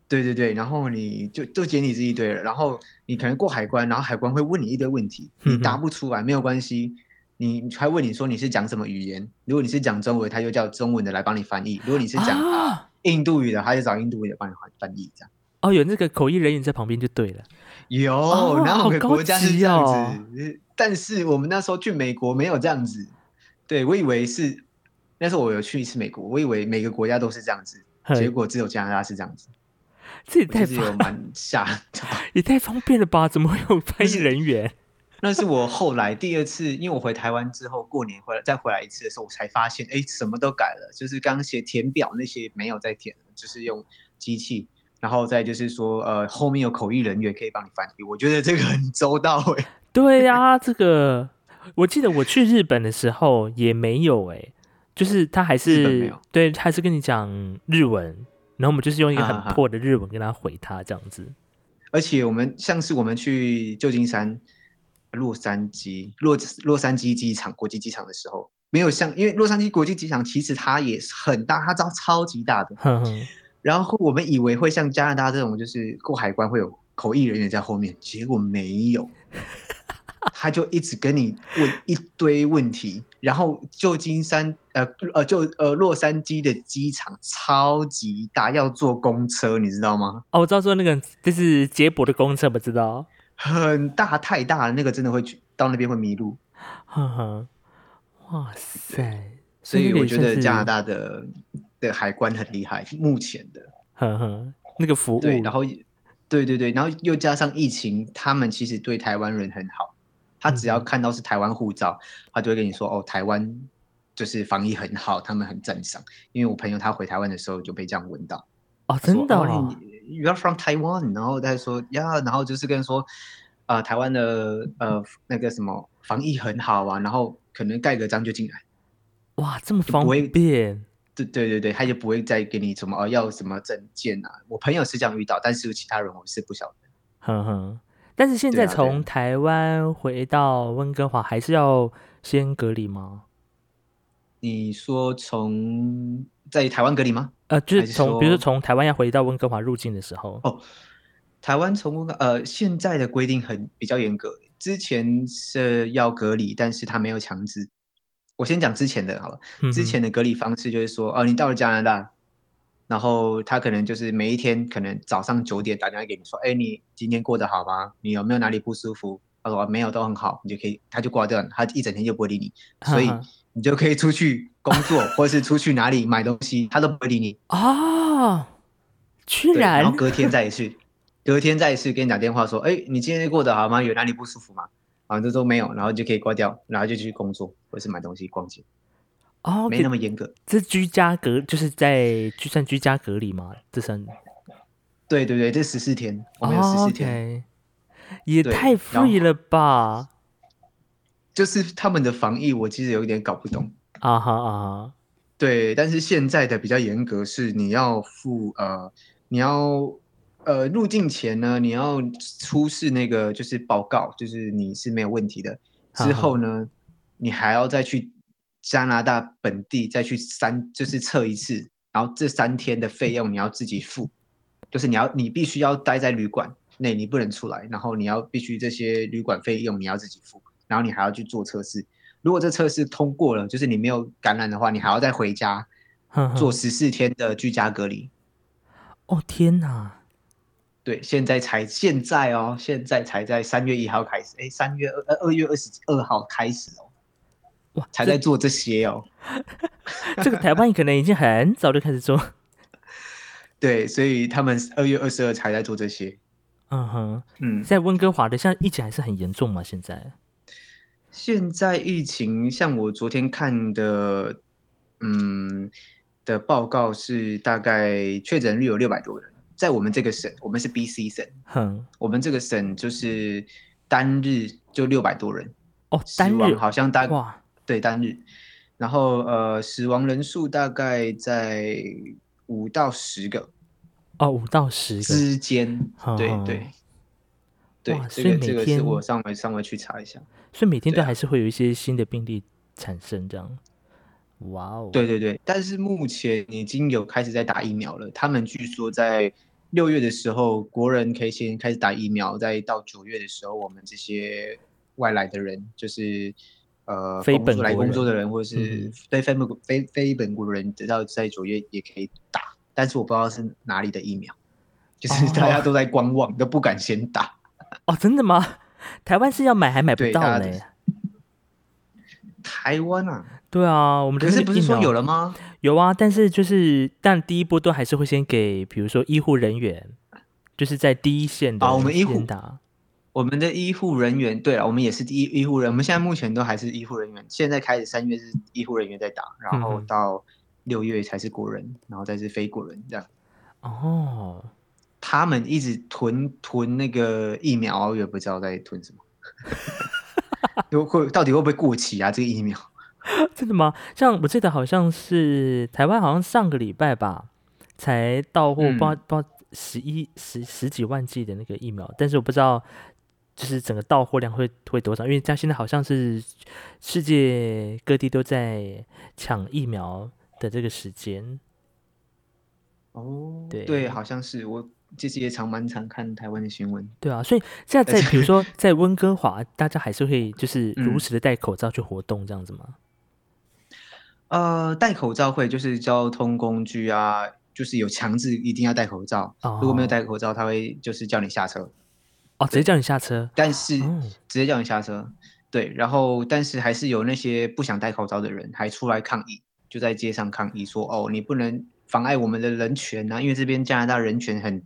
对对对，然后你就就简体字一堆了，然后你可能过海关，然后海关会问你一堆问题，嗯哼你答不出来没有关系，你还问你说你是讲什么语言，如果你是讲中文，他就叫中文的来帮你翻译；如果你是讲、啊印度语的，他就找印度语的帮你翻翻译这样。哦，有那个口译人员在旁边就对了。有，哦然后我好们高哦国家是这样子、级但是我们那时候去美国没有这样子。对，我以为是那时候我有去一次美国，我以为每个国家都是这样子，呵结果只有加拿大是这样子，这也我其太实有方蛮吓到。也太方便了吧？怎么会有翻译是人员？那是我后来第二次，因为我回台湾之后，过年回来再回来一次的时候，我才发现，哎，什么都改了，就是刚写填表那些没有再填了，就是用机器，然后再就是说，呃，后面有口译人员可以帮你翻译，我觉得这个很周到哎、对呀、这个我记得我去日本的时候也没有哎、就是他还日本没是有对，他还是跟你讲日文，然后我们就是用一个啊很哈破的日文跟他回他这样子。而且我们像是我们去旧金山、洛杉矶、洛洛杉矶机场国际机场的时候，没有像，因为洛杉矶国际机场其实它也是很大，它超超级大的，哼哼，然后我们以为会像加拿大这种，就是过海关会有口译人员在后面，结果没有，他就一直跟你问一堆问题。然后旧金山，呃呃，就呃洛杉矶的机场超级大，要坐公车，你知道吗？哦，我知道说那个就是捷博的公车，不知道。很大，太大了，那个真的会去到那边会迷路。哼哼，哇塞！所以那个我也觉算得是加拿，大的的海关很厉害，目前的。哼哼，那个服务，对，然后也对对对，然后又加上疫情，他们其实对台湾人很好，他只要嗯看到是台湾护照，他就会跟你说哦，台湾就是防疫很好，他们很赞赏。因为我朋友他回台湾的时候就被这样问到，哦，他说真的、哦哦，你，You're from Taiwan，然后他就说呀，然后就是跟人说啊、呃台湾的呃那个什么防疫很好啊，然后可能盖个章就进来。哇，这么不方会便，对对对对，他就不会再给你什么哦要什么证件啊。我朋友是这样遇到，但是其他人我是不晓得。哼哼。但是现对在啊对啊从台湾回到温哥华，还是要先隔离吗？你说从在台湾隔离吗？呃，就还是是从比如说说从台湾要回到温哥华入境的时候，哦，台湾从温哥呃现在的规定很比较严格，之前是要隔离，但是他没有强制。我先讲之前的好了，嗯之哼前的隔离方式就是说，哦，你到了加拿大，然后他可能就是每一天可能早上九点打电话给你说，哎，你今天过得好吗？你有没有哪里不舒服？他说、哦没有，都很好，你就可以，他就挂掉了，他一整天就不会理你，所以哈哈你就可以出去工作，或是出去哪里买东西，他都不会理你。哦，居对，然然后隔天再一次，隔天再一次给你打电话说，哎，你今天过得好吗？有哪里不舒服吗？啊，这都没有，然后就可以挂掉，然后就去工作或是买东西、逛街，哦，没这那么严格。这居家隔就是在就算居家隔离吗？这算对对对，这十四天，我们有十哦四天， ，OK 也对太然 free 后了吧？就是他们的防疫，我其实有一点搞不懂。啊哈啊哈，对，但是现在的比较严格是你要付呃，你要呃入境前呢，你要出示那个就是报告，就是你是没有问题的。哈哈之后呢，你还要再去加拿大本地再去三就是测一次，然后这三天的费用你要自己付，就是你要你必须要待在旅馆内，你不能出来，然后你要必须这些旅馆费用你要自己付，然后你还要去做测试。如果这测试通过了，就是你没有感染的话，你还要再回家哼哼做十四天的居家隔离。哦天哪，对，现在才现在哦，现在才在三月一号开始，哎，三月二呃二月二十二号开始哦，哇，才在做这些哦。这个台湾可能已经很早就开始做，对，所以他们二月二十二才在做这些。嗯哼，嗯，在温哥华的像疫情还是很严重嘛？现在，现在疫情，像我昨天看的，嗯，的报告是大概确诊率有六百多人，在我们这个省，我们是 B C 省，哼，我们这个省就是单日就六百多人，哦，死单亡日好像单哇，对单日，然后呃，死亡人数大概在五到十个哦，五到十个，之间，对哦对。对哇，这所以个每这个是天我上回上回去查一下。所以每天对都啊还是会有一些新的病例产生，这样。哇哦，对，对对，但是目前已经有开始在打疫苗了。他们据说在六月的时候，国人可以先开始打疫苗，再到九月的时候，我们这些外来的人，就是呃非工本作来国工作人的人，或者是、嗯对非本国非非本国人，直到在九月也可以打。但是我不知道是哪里的疫苗，就是哦大家都在观望，都不敢先打。哦，真的吗？ 台湾是要买还买不对到大家嘞都。是台湾啊，对啊，我们可是不是说有了了吗？有啊，但是就是但第一波都还是会先给，比如说医护人员，就是在第一线的啊我们医护先打我们的医护人员，对了，我们也是医医护人，我们现在目前都还是医护人员。现在开始三月是医护人员在打，然嗯后哼到六月才是国人，然后再是非国人这样。哦，他们一直囤囤那个疫苗，啊我也不知道在 囤什么，有会到底会不会过期啊？这个疫苗真的吗？像我记得好像是台湾，好像上个礼拜吧，才到货，不知道嗯不知道十一十十几万剂的那个疫苗，但是我不知道就是整个到货量会会多少，因为它现在好像是世界各地都在抢疫苗的这个时间。哦对对，好像是我其实也常蛮常看台湾的新闻，对啊，所以现在在比如说在温哥华，大家还是会就是如嗯实的戴口罩去活动这样子吗？呃，戴口罩会就是交通工具啊，就是有强制一定要戴口罩，哦如果没有戴口罩，他会就是叫你下车。哦，直接叫你下车。但是哦直接叫你下车。对，然后但是还是有那些不想戴口罩的人还出来抗议，就在街上抗议说：“哦，你不能妨碍我们的人权啊呐、因为这边加拿大人权很、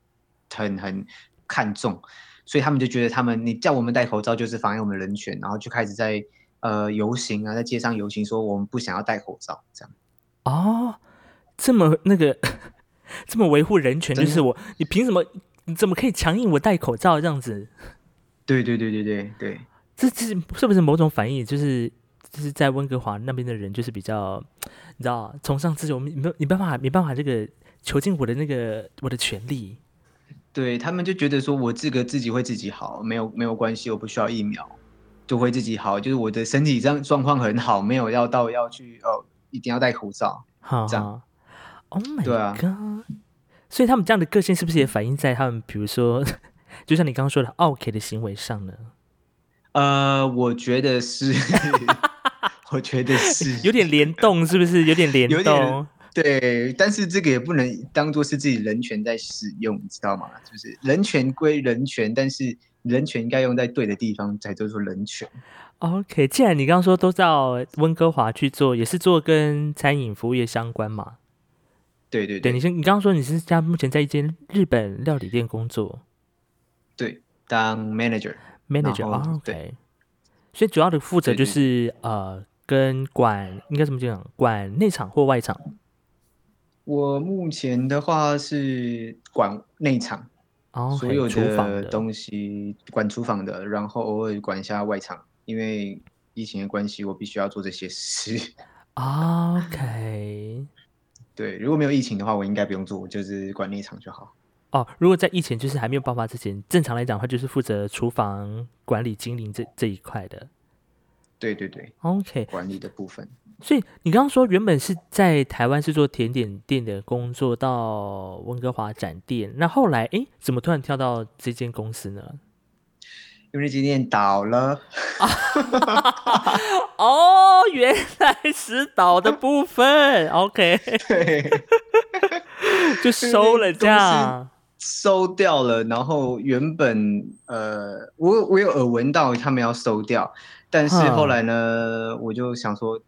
很、很看重，所以他们就觉得他们你叫我们戴口罩就是妨碍我们的人权，然后就开始在呃游行啊，在街上游行说我们不想要戴口罩这样。哦，这么那个，这么维护人权，就真的是我，你凭什么？你怎么可以强硬我戴口罩这样子？对对对对对对，这这是是不是某种反应？就是就是在温哥华那边的人，就是比较，你知道，崇尚自由，没没没办法，没办法，这个囚禁我的那个我的权利。对他们就觉得说，我这个自己会自己好，没有没有关系，我不需要疫苗，就会自己好。就是我的身体状状况很好，没有要到要去哦，一定要戴口罩。哈这样哈，Oh my 对啊 god！所以他们这样的个性是不是也反映在他们，比如说， 就像你刚刚说的 OK 的行为上呢？呃，我觉得是， 我觉得是有点联动，是不是？有点联有点动。对，但是这个也不能当做是自己人权在使用，你知道吗？就是人权归人权，但是人权应该用在对的地方才叫做人权。 OK，既然你刚刚说都到温哥华去做，也是做跟餐饮服务业相关嘛？对对对，你先，你刚刚说你是在目前在一间日本料理店工作对，当 manager。 ，manager 然后啊、o 对 k 所以主要的负责对就对是呃，跟管应该怎么讲，管内场或外场。我目前的话是管内场，哦，所有厨房的东西管厨房的，然后偶尔管一下外场，因为疫情的关系，我必须要做这些事。 啊 OK，对，如果没有疫情的话，我应该不用做，我就是管内场就好。哦，如果在疫情就是还没有爆发之前，正常来讲的话，就是负责厨房管理、经营这这一块的。对对对， OK，管理的部分。所以你刚刚说原本是在台湾是做甜点店的工作，到温哥华展店，那后来诶，怎么突然跳到这间公司呢？因为今天倒了，哦，原来是岛的部分，OK，对， 就收了这样。收掉了。然后原本呃，我我有耳闻到他们要收掉，但是后来呢，我就想说，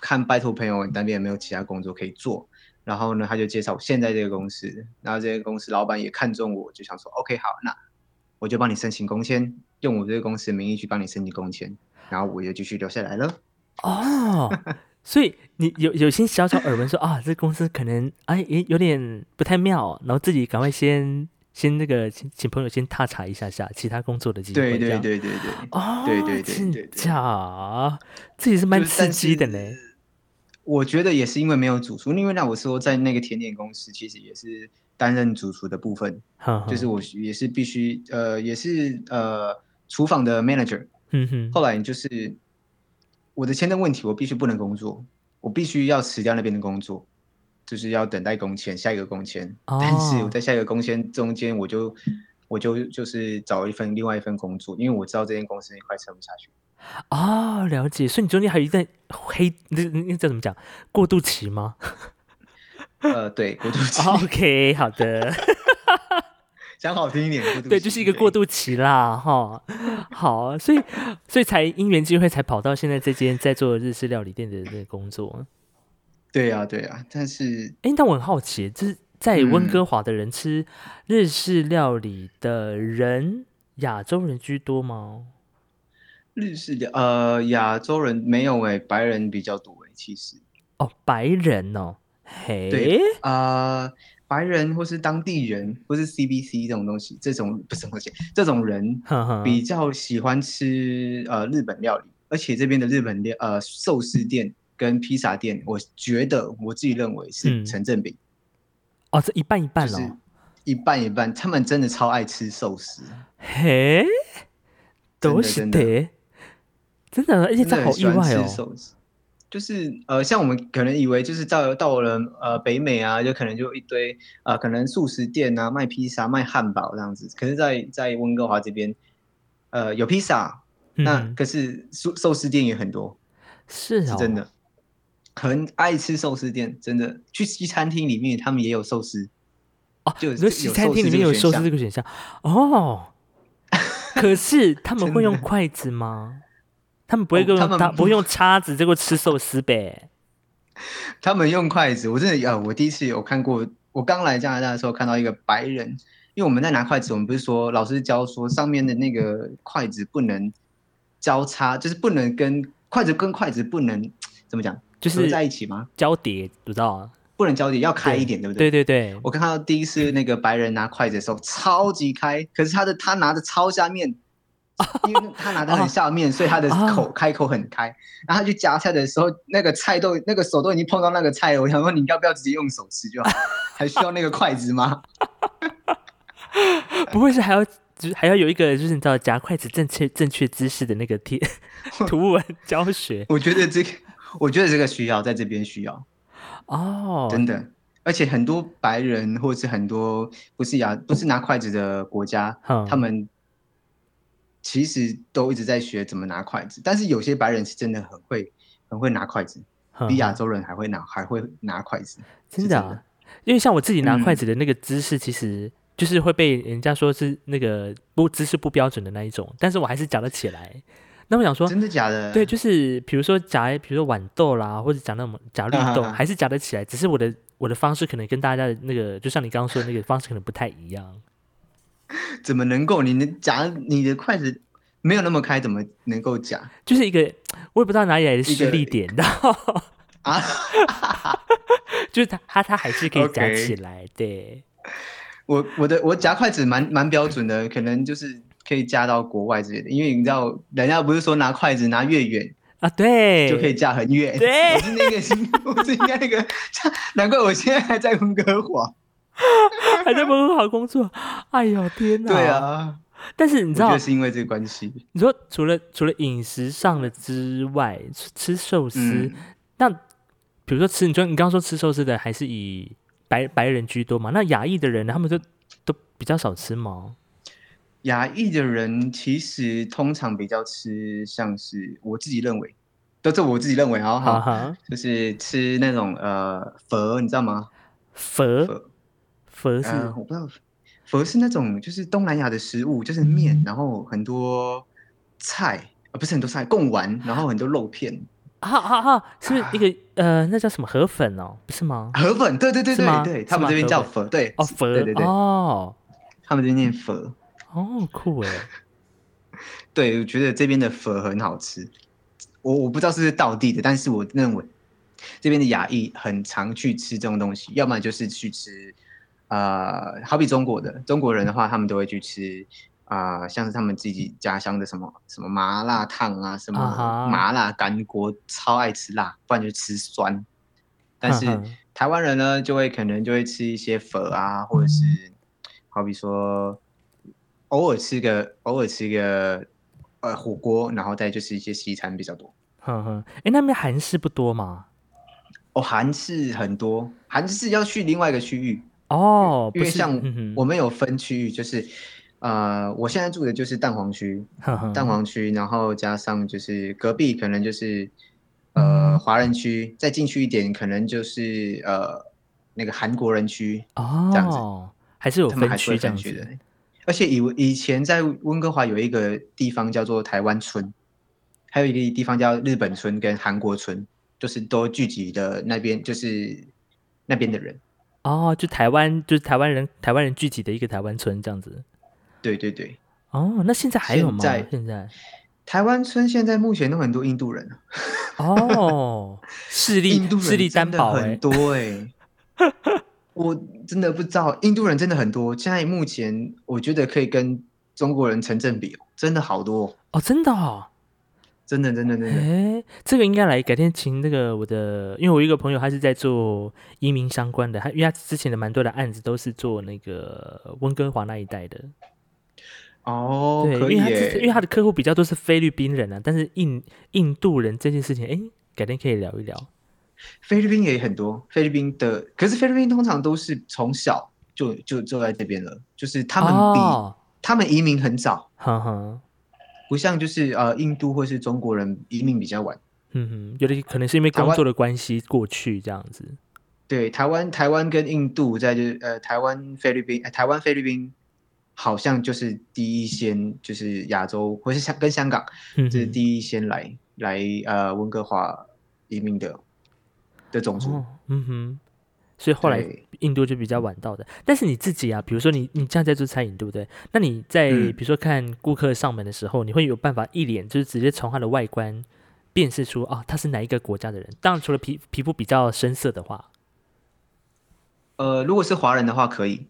看拜托朋友那边有没有其他工作可以做。然后呢，他就介绍我现在这个公司，然后这个公司老板也看中我，就想说，OK，好，那我就帮你申请工签，用我这个公司的名义去帮你申请工签，然后我就继续留下来了。哦，所以你有有些小小耳闻说啊，这公司可能哎也有点不太妙，然后自己赶快先先那个请请朋友先踏查一下下其他工作的机对会，这对样。对对对，哦，对对对真对对假，这也是蛮就是刺但激的呢。是我觉得也是因为没有主厨，因为那我说在那个甜点公司，其实也是担任主厨的部分，哼就是哼我也是必须呃，也是呃厨房的 manager。嗯哼，后来就是我的签证问题，我必须不能工作，我必须要辞掉那边的工作，就是要等待工签，下一个工签。哦但是我在下一个工签中间，我就我就就是找一份另外一份工作，因为我知道这间公司快撑不下去。哦，了解。所以你中间还有一段黑，那那叫怎么讲？过渡期 吗、呃，对，过渡期， o k 好 的，讲好听一点，过渡对，期就是一个过。渡期啦，哈。好，所以所以才因缘际会才跑到现在这间在做日式料理店的这个工作。对啊，对啊，但是哎，但我很好奇，就是在温嗯哥华的人吃日式料理的人，亚洲人居多吗？日式的呃亚洲人没有哎、白人比较多哎、其实哦，白人哦，嘿，对啊、呃白人或是当地人或是 CBC 这种东西，这种不是东西，这种人呵呵比较喜欢吃呃日本料理，而且这边的日本料呃寿司店跟披萨店，我觉得我自己认为嗯是成正比，哦，这一半一半就哦，是一半一半，他们真的超爱吃寿司。嘿，真的都是真的的，真的，啊而且真这的很好喜意欢外吃哦。寿司，就是呃，像我们可能以为就是到到了呃北美啊，就可能就一堆呃可能素食店啊卖披萨、卖汉堡这样子。可是在，在温哥华这边，呃有披萨，那嗯，可是寿寿司店也很多，是是哦，真的。很爱吃寿司店，真的去西餐厅里面，他们也有寿司，哦。就你说就西有餐寿厅里司面这有个寿选司项这个选项哦，可是他们 真会用的筷子吗？他们不会哦用他们刀，不不会用叉子，这个吃寿司呗。他们用筷子，我真的啊，我第一次有看过，我刚来加拿大的时候看到一个白人，因为我们在拿筷子，我们不是说老师教说上面的那个筷子不能交叉，就是不能跟筷子跟筷子不能怎么讲，就合是在一起吗？交叠，不知道啊。不能交叠，要开一点，对不对？对对对，我看到第一次那个白人拿筷子的时候超级开，可是他的他拿的超下面，因为他拿的很下面，所以他的口开口很开。然后他去夹菜的时候，那个菜都那个手都已经碰到那个菜了。我想说，你要不要直接用手吃就好，还需要那个筷子吗？ 不会是还要就是还要有一个就是你知道夹筷子正确正确姿势的那个贴 图文教 学我觉得这个，我觉得这个需要在这边需要，哦。真的。而且很多白人或是很多不是牙不是拿筷子的国家，哼他们其实都一直在学怎么拿筷子，但是有些白人是真的很会很会拿筷子，哼比亚哼洲人还会拿还会拿筷子。真是的、真的啊，因为像我自己拿筷嗯子的那个姿势，其实就是会被人家说是那个不姿势不标准的那一种，但是我还是夹得起来。那我想说，真的假的？对，就是比如说夹，比如说豌豆啦，或者夹那种夹 绿豆，啊啊啊还是夹得起来，只是我的我的方式可能跟大家的那个，就像你刚刚说的那个方式可能不太一样。怎么能够？你能夹你的筷子没有那么开，怎么能够夹就是一个我也不知道哪里来的实个力 点，然后啊？ 就是他他他还是可以夹 OK 起来对。我我的我夹筷子蛮蛮标准的，可能就是可以夹到国外之类的，因为你知道人家不是说拿筷子拿越远啊，对，就 可以架很远。对我是那个， 我是应该那个，难怪我现在还在温哥华。还在温哥华工作，哎呦天哪！对，啊，但是你我知觉道得，是因为这个关系。你说除了除了饮食上的之外，吃吃寿司，嗯，那比如说吃，你说你刚刚说吃寿司的还是以白白人居多嘛？那亚裔的人呢，他们就都比较少吃吗？亚裔的人其实通常比较吃，像是我自己认为，都是我自己认为哈哦，哈，啊哈，就是吃那种呃佛，你知道吗？佛佛，佛是、呃，我不知道，嗯佛是那种就是东南亚的食物，就是面，然后很多菜，啊不是很多菜贡丸，然后很多肉片、哈哈哈，是不是一个呃，那叫什么河粉哦，不是吗？河粉，对对对是吗对对，他是们吗这边叫河粉，对哦，佛啊对对对，哦他们这边念粉，哦，酷哎，对，我觉得这边的粉很好吃，我我不知道是不是道地的，但是我认为这边的亚裔很常去吃这种东西，要么就是去吃，呃，好比中国的中国人的话，他们都会去吃。啊、像是他们自己家乡的什么什么麻辣烫啊，什么啊哈麻辣干锅，超爱吃辣，不然就吃酸。但是哼哼台湾人呢，就会可能就会吃一些粉啊，或者嗯是好比说偶尔吃个偶尔吃个呃火锅，然后再就是一些西餐比较多。哼哼，哎，那边韩式不多吗？哦，韩式很多，韩式要去另外一个区域，哦，因不为是，像嗯哼我们有分区域，就是呃，我现在住的就是蛋黄区，哼哼蛋黄区，然后加上就是隔壁可能就是嗯呃华人区，再进去一点可能就是呃那个韩国人区，这样子哦，还是有他们分还是区会这样分子区的。而且以以前在温哥华有一个地方叫做台湾村，还有一个地方叫日本村跟韩国村，就是都聚集的那边，就是那边的人。哦，就台湾就是台湾人台湾人聚集的一个台湾村这样子。对对对，哦，那现在还有吗？现在现在台湾村现在目前都很多印度人啊，哦，势力印度势人力担真的保很哎，多哎、我真的不知道印度人真的很多，现在目前我觉得可以跟中国人成正比哦，真的好多哦，哦，真的哦。真的真的真 的。哎，这个应该来改天请那个我的，因为我有一个朋友他是在做移民相关的，他因为他之前的蛮多的案子都是做那个温哥华那一带的，哦，对，因可以为他耶、之因为他的客户比较多是菲律宾人啊，但是印印度人这件事情，哎，改天可以聊一聊。菲律宾也很多，菲律宾的，可是菲律宾通常都是从小就就就在这边了，就是他们比、哦，他们移民很早，哼哼，不像就是呃印度或是中国人移民比较晚。嗯哼，有的可能是因为台工湾作的关系过去这样子。对，台湾台湾跟印度在就是呃台湾菲律宾、呃台湾菲律宾好像就是第一先就是亚洲或是香跟香港嗯这是哼第一先来来呃温哥华移民的的种族。哦，嗯哼，所以后来对印度就比较晚到的。但是你自己啊，比如说你你这样在做餐饮，对不对？那你在、嗯比如说看顾客上门的时候，你会有办法一眼就是直接从他的外观辨识出啊、他是哪一个国家的人？当然，除了皮皮肤比较深色的话，呃，如果是华人的话，可以，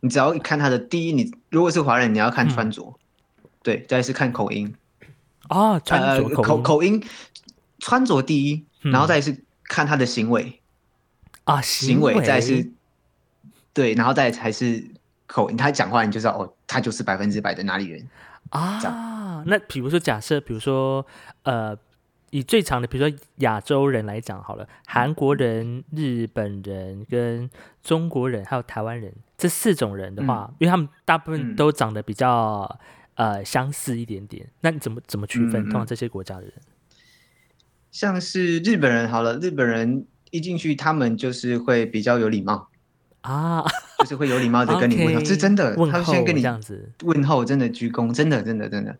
你只要看他的第一，你如果是华人，你要看嗯穿着，对，再来是看口音，啊、穿着呃、口口音口音，穿着第一，嗯然后再来是看他的行为，啊行为，再来是，对，然后再来才是口音，他讲话你就知道哦，他就是百分之百的哪里人，这啊，那比如说假设，比如说呃，以最长的，比如说亚洲人来讲好了，韩嗯国人、日本人跟中国人还有台湾人这四种人的话，因为他们大部分嗯都长得比较、呃相似一点点，那你怎么怎么区分？嗯嗯通常这些国家的人，像是日本人好了，日本人一进去，他们就是会比较有礼貌，啊，就是会有礼貌的跟你问 OK，候，这真的，问他候会先跟你这样子问候，真的鞠躬，真的真的真的。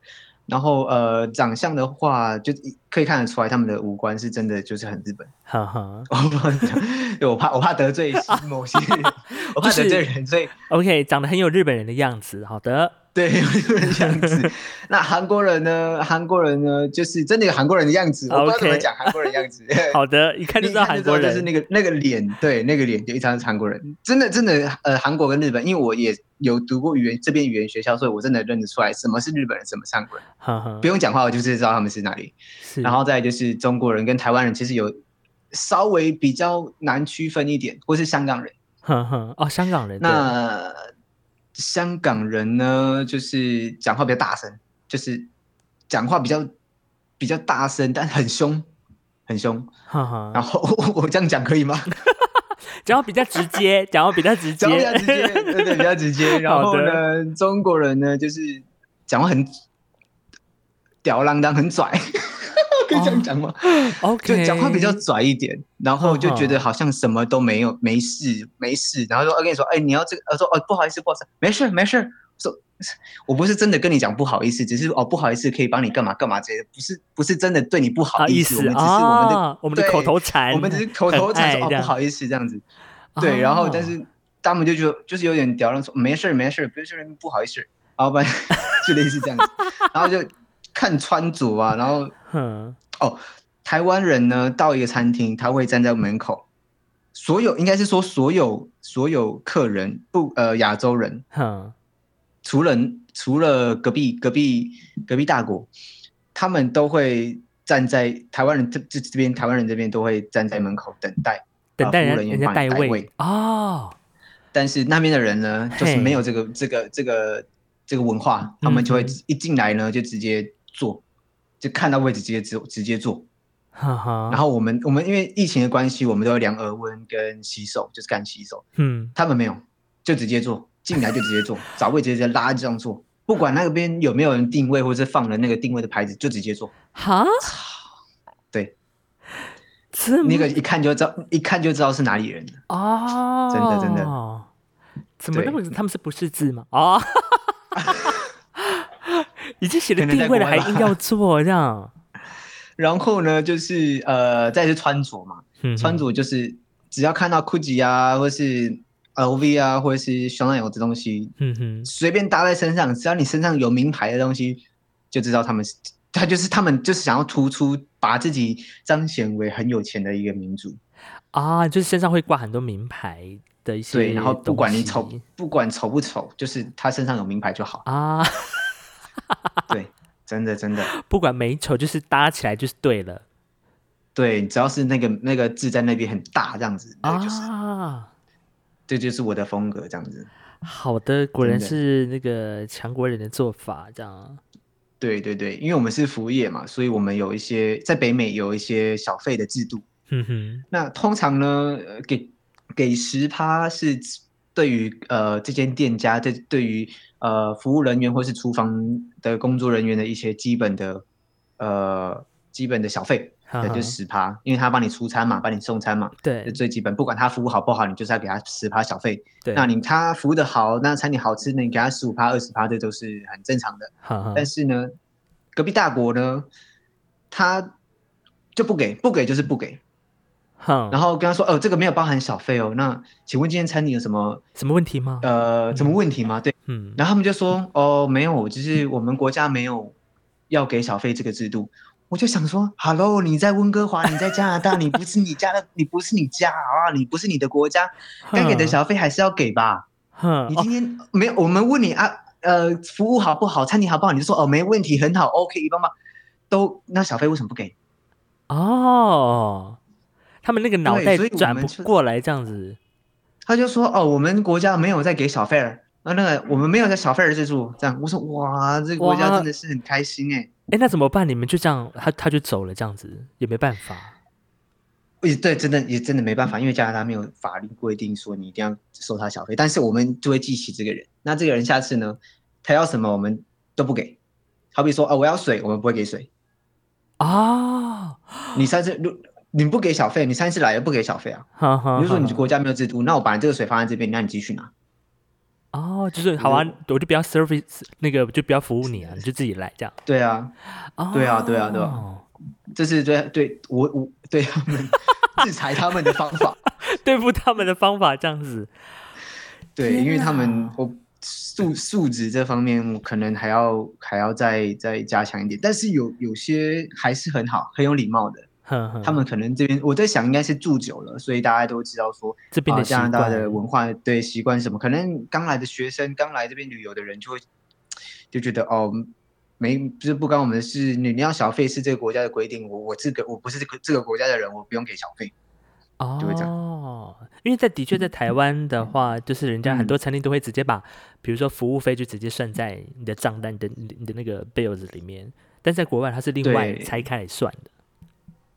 然后呃，长相的话，就可以看得出来他们的五官是真的就是很日本。 哈哈我不能讲，对我怕我怕得罪某些人，我 就怕是得罪人，所以，OK，长得很有日本人的样子，好的，对有日本人这样 子。那韩国人呢？韩国人呢，就是真的有韩国人的样子，我不知道怎么啊 OK 讲韩国人的样子。好的， 一看就你知一道看韩就国人，就是那个那个脸，对，那个脸就一张是韩国人，真的真的，呃，韩国跟日本，因为我也有读过语言这边语言学校，所以我真的认得出来什么是日本人，什么是韩国人，哈哈不，用讲话，我就知道他们是哪里。是，然后再来就是中国人跟台湾人，其实有稍微比较难区分一点，或是香港人。哈哈，哦，香港人，对那香港人呢，就是讲话比较大声，就是讲话比较比较大声，但很凶，很凶。哈哈然，后我这样讲可 以吗？讲话比较直 接，讲话比较直接，讲话比较直接，对对，比较直接。然好后的呢，中国人呢，就是讲话很吊儿郎当，很 拽，可以这样讲吗？ OK，就讲话比较拽一点，然后就觉得好像什么都没呃有，没事没事。然后说，我跟你说，哎，你要这个，我说，哦，不好意思，不好意思，没事没事。说我不是真的跟你讲不好意思，只是哦不好意思可以帮你干嘛干嘛之类的，不是不是真的对你不好好意意 思，思我们只是我们的、啊，我们的对口头禅，哎我们只是口头很禅爱说哦这不样好意思这样子，对，然后但哦是他们就就就是有点屌，让说没事儿没事儿，不是不好意思，然后反正 就类似这样子，然后就看穿着啊，然后哼台湾人呢到一个餐厅，他会站在门口，所有应该是说所有所有客人不呃亚洲人，哼，除了除了隔壁隔壁隔壁大国，他们都会站在台湾人这这这边台湾人这边都会站在门口等待。等待啊服务人人员人家帮你代位位哦，但是那边的人呢，就嘿是没有这个这个这个这个文化，他们就会嗯哼一进来呢就直接坐，就看到位置直接直直接坐。哈哈，然后我们我们因为疫情的关系，我们都会量额温跟洗手，就是干洗手。嗯，他们没有，就直接坐，进来就直接坐，找位直接拉这样坐，不管那边有没有人定位或者放了那个定位的牌子，就直接坐。哈，对，这那个么一看就知道，一看就知道是哪里人了。哦，真的真的，怎么那对么他们是不识字吗？哦， 已经写了可能在定位了，国还外吧硬要做这样，然后呢，就是呃，再是穿着嘛，嗯哼穿着就是只要看到 GUCCI 啊，或是 LV 啊，或者是香奈儿这东西，嗯哼，随便搭在身上，只要你身上有名牌的东西，就知道他们是，他就是他们就是想要突出，把自己彰显为很有钱的一个民族。啊，就是身上会挂很多名牌的一些东西，对，然后不管你丑，不管丑不丑，就是他身上有名牌 就好。啊，对，真的真的，不管美丑，就是搭起来就是对了对，只要是那个那个字在那边很大这样子，那个就是、啊。这就是我的风格这样子。好的，果然真的是那个强国人的做法，这样。对对对，因为我们是服务业嘛，所以我们有一些在北美有一些小费的制度。哼哼，那通常呢，呃给给十趴是对于呃这间店家对对于呃服务人员或是厨房的工作人员的一些基本的呃基本的小费，哈对，啊哈就十趴，因为他帮你出餐嘛，帮你送餐嘛，这对最基本。不管他服务好不好，你就是要给他十趴小费。对，那你他服务的好，那餐点好吃，那你给他十五趴、二十趴，这都是很正常的。哈哈但是呢，隔壁大国呢，他就不给，不给就是不给。哼，然后跟他说，哦，这个没有包含小费哦。那请问今天餐厅有什么什么问题吗？呃什么问题吗？对。嗯，然后他们就说，哦，没有，就是我们国家没有要给小费这个制度。我就想说，Hello，你在温哥华，你在加拿大，你不是你家的，你不是你家啊，你不是你的国家，该嗯给的小费还是要给吧。哼，你哼，今天没有，我们问你啊，呃，服务好不好，餐厅好不好，你就说哦，没问题，很好，OK，一棒棒。都那小费为什么不给？哦，哦他们那个脑对袋所以我转们不就过来，这样子。他就说哦，我们国家没有在给小费儿，那那个我们没有在小费儿自助，这样。我说哇，这个国家哇真的是很开心哎。哎，那怎么办？你们就这样，他他就走了，这样子也没办法。也对，真的也真的没办法，因为加拿大没有法律规定说你一定要收他小费，但是我们就会记起这个人。那这个人下次呢，他要什么我们都不给。好比说哦，我要水，我们不会给水。哦，你上次如你不给小费，你上次来也不给小费啊。哈哈，比如说你哈国家没有制度，那我把这个水放在这边，那你继续拿。哦，就是好啊，我就不要 service 那个，就不要服务你啊，你就自己来这样。对啊，哦，对啊对啊对啊，这是对对我我对他们 制裁他们的方法。 对付他们的方法这样子。对，天因为他们哪我素素质这方面，我可能还要还要再再加强一点。但是有有些还是很好，很有礼貌的。哼哼，他们可能这边我在想，应该是住久了，所以大家都知道说这边啊的习加拿惯大的文化对习惯是什么。可能刚来的学生，刚来这边旅游的人就会就觉得哦。没，就是不关我们的事。你你要小费是这个国家的规定，我我这个我不是这个这个国家的人，我不用给小费。就会这样哦，因为在的确在台湾的话，就是人家很嗯多餐厅都会直接把，比如说服务费就直接算在你的账单、你的你的你的那个 bills 里面，但在国外它是另外对拆开来算的。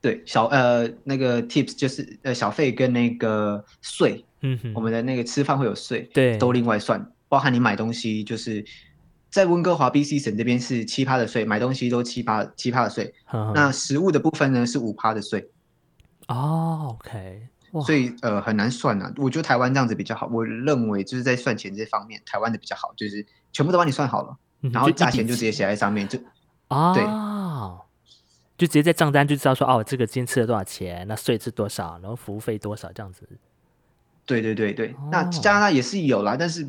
对，小呃那个 tips 就是呃小费跟那个税，嗯哼，我们的那个吃饭会有税，对都另外算，包含你买东西，就是在温哥华 BC 省这边是七趴的税，买东西都七趴七趴的税。呵呵那食物的部分呢是五趴的税，哦，OK，哇所以呃很难算啊。我觉得台湾这样子比较好，我认为就是在算钱这方面，台湾的比较好，就是全部都帮你算好了，嗯然后就一价钱笔就直接写在上面，就对哦，就直接在账单就知道说哦，这个今天吃了多少钱，那税是多少，然后服务费多少这样子。对对对对。那哦加拿大也是有啦，但是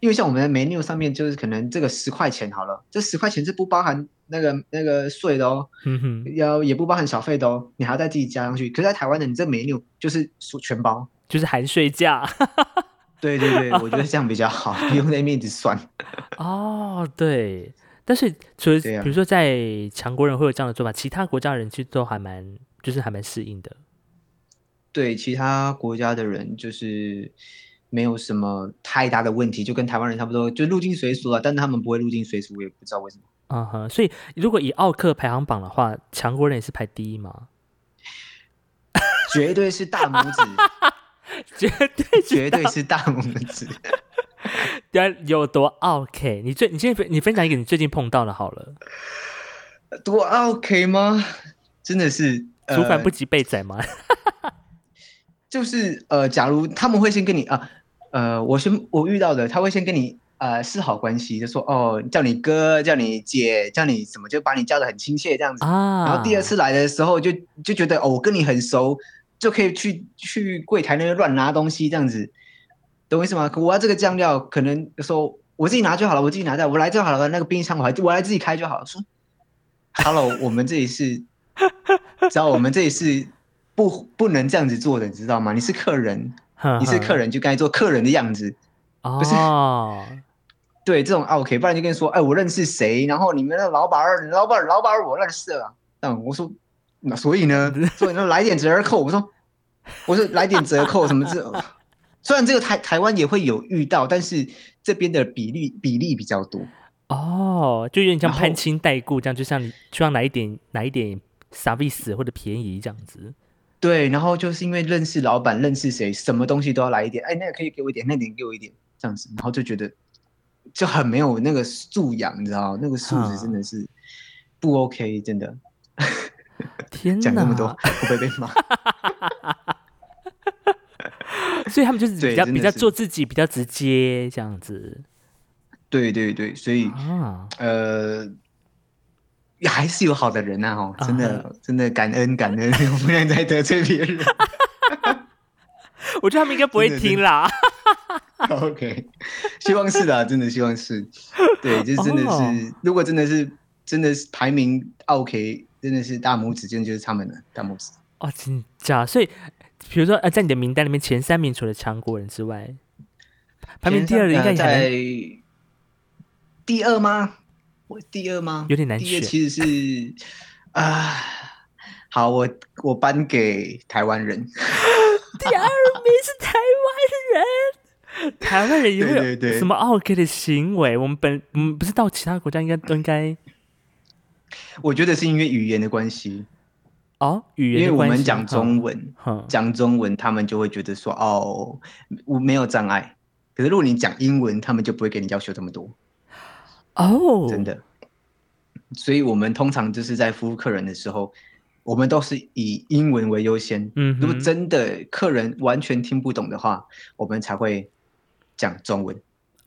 因为像我们的 menu 上面就是可能这个十块钱好了，这十块钱是不包含那个那个税的哦，嗯哼，要也不包含小费的哦，你还要再自己加上去。可是在台湾的你这 menu 就是说全包。就是含税价。对对对，我觉得这样比较 好，不用在那边一直算。哦，对。但是除了对啊比如说在强国人会有这样的做法，其他国家人其实都还蛮就是还蛮适应的。对其他国家的人就是没有什么太大的问题，就跟台湾人差不多，就入境随俗了。但他们不会入境随俗，我也不知道为什么。嗯哼，所以如果以奥克排行榜的话，强国人也是排第一嘛？ 绝对是大拇 指，绝对绝绝对是大拇指。对有多奥 K？你最你现在你分享一个你最近碰到的好了， 多 OK 吗？真的是。呃厨房不及被宰吗？就是呃，假如他们会先跟你啊，呃，我先我遇到的，他会先跟你呃示好关系，就说哦，叫你哥，叫你姐，叫你什么，就把你叫的很亲切这样子。啊，然后第二次来的时候就就觉得哦，我跟你很熟，就可以去去柜台那边乱拿东西这样子，懂我意思吗？可我要这个酱料，可能说我自己拿就好了，我自己拿掉，我来就好了，那个冰箱我还我来自己开就好了。说，Hello，我们这里是，知道我们这里是不不能这样子做的，你知道吗？你是客人，哼你是嗯哼客人就该做客人的样子。是哦，对这种啊 OK，不然就跟你说，哎，我认识谁，然后你们的老板儿，老板儿，老板儿，我认识啊。但我说，那所以 呢，所以呢，来点折扣。我说，我说来点折扣什么这，虽然这个台台湾也会有遇到，但是这边的比例比例比较多。哦，就有点像然后攀亲带故这样，就像你就像哪一点哪一点 service 或者便宜这样子。对，然后就是因为认识老板，认识谁，什么东西都要来一点。哎，那个可以给我一点，那点给我一点，这样子，然后就觉得就很没有那个素养，你知道吗，那个素质真的是不 OK，真的。啊天哪！讲这么多，会不会被骂？所以他们就是比对较真比的较是做自己，比较直接这样子对对对，所以啊。呃，还是有好的人呐、哦，啊真的、真的感恩感恩， 我不能再得罪别人。我觉得他们应该不会真的听啦。 OK，希 望是的、啊，真的希望是。对，这真的是，哦如果真的是真的是排名啊 OK，真的是大拇指，真的就是他们了，大拇指。哦，真假？所以比如说呃，在你的名单里面前三名除了强国人之外，排名第二的应该呃也很在难第二吗？我第二吗？有点难第选二其实是 啊、好，我我颁给台湾人。第二名是台湾 人，台湾人也会对对有对什么 OK 的行为？我们本嗯不是到其他国家应该都应该我觉得是因为语言的关系，哦语言因为的我关系，嗯们讲哈中文，哈讲中文他们就会觉得说哦，我没有障碍。可是如果你讲英文，他们就不会给你要求这么多，哦，真的。所以我们通常就是在服务客人的时候，我们都是以英文为优先。嗯哼如果真的客人完全听不懂的话，我们才会讲中文。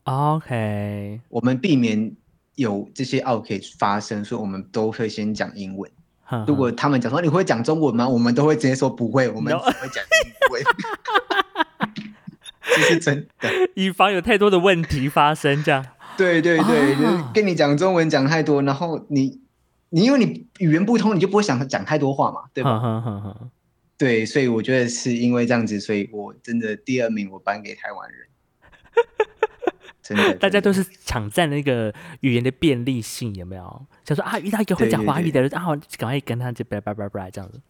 OK 我们避免有这些 OK 发生，所以我们都会先讲英文。哈。哈如果他们讲说你会讲中文吗？我们都会直接说不会，我们 No 只会讲英文。 这是真的，以防有太多的问题发生，这样对对对，就是啊跟你讲中文讲太多，然后你你因为你语言不通，你就不会想讲太多话嘛， 对吧？哈哈哈哈对，所以我觉得是因为这样子，所以我真的第二名我颁给台湾 人，真的，大家都真的是抢占那个语言的便利性，有没有？想说啊，遇到一个会对讲对华语的人啊，我赶快跟他就叭叭叭叭这样子。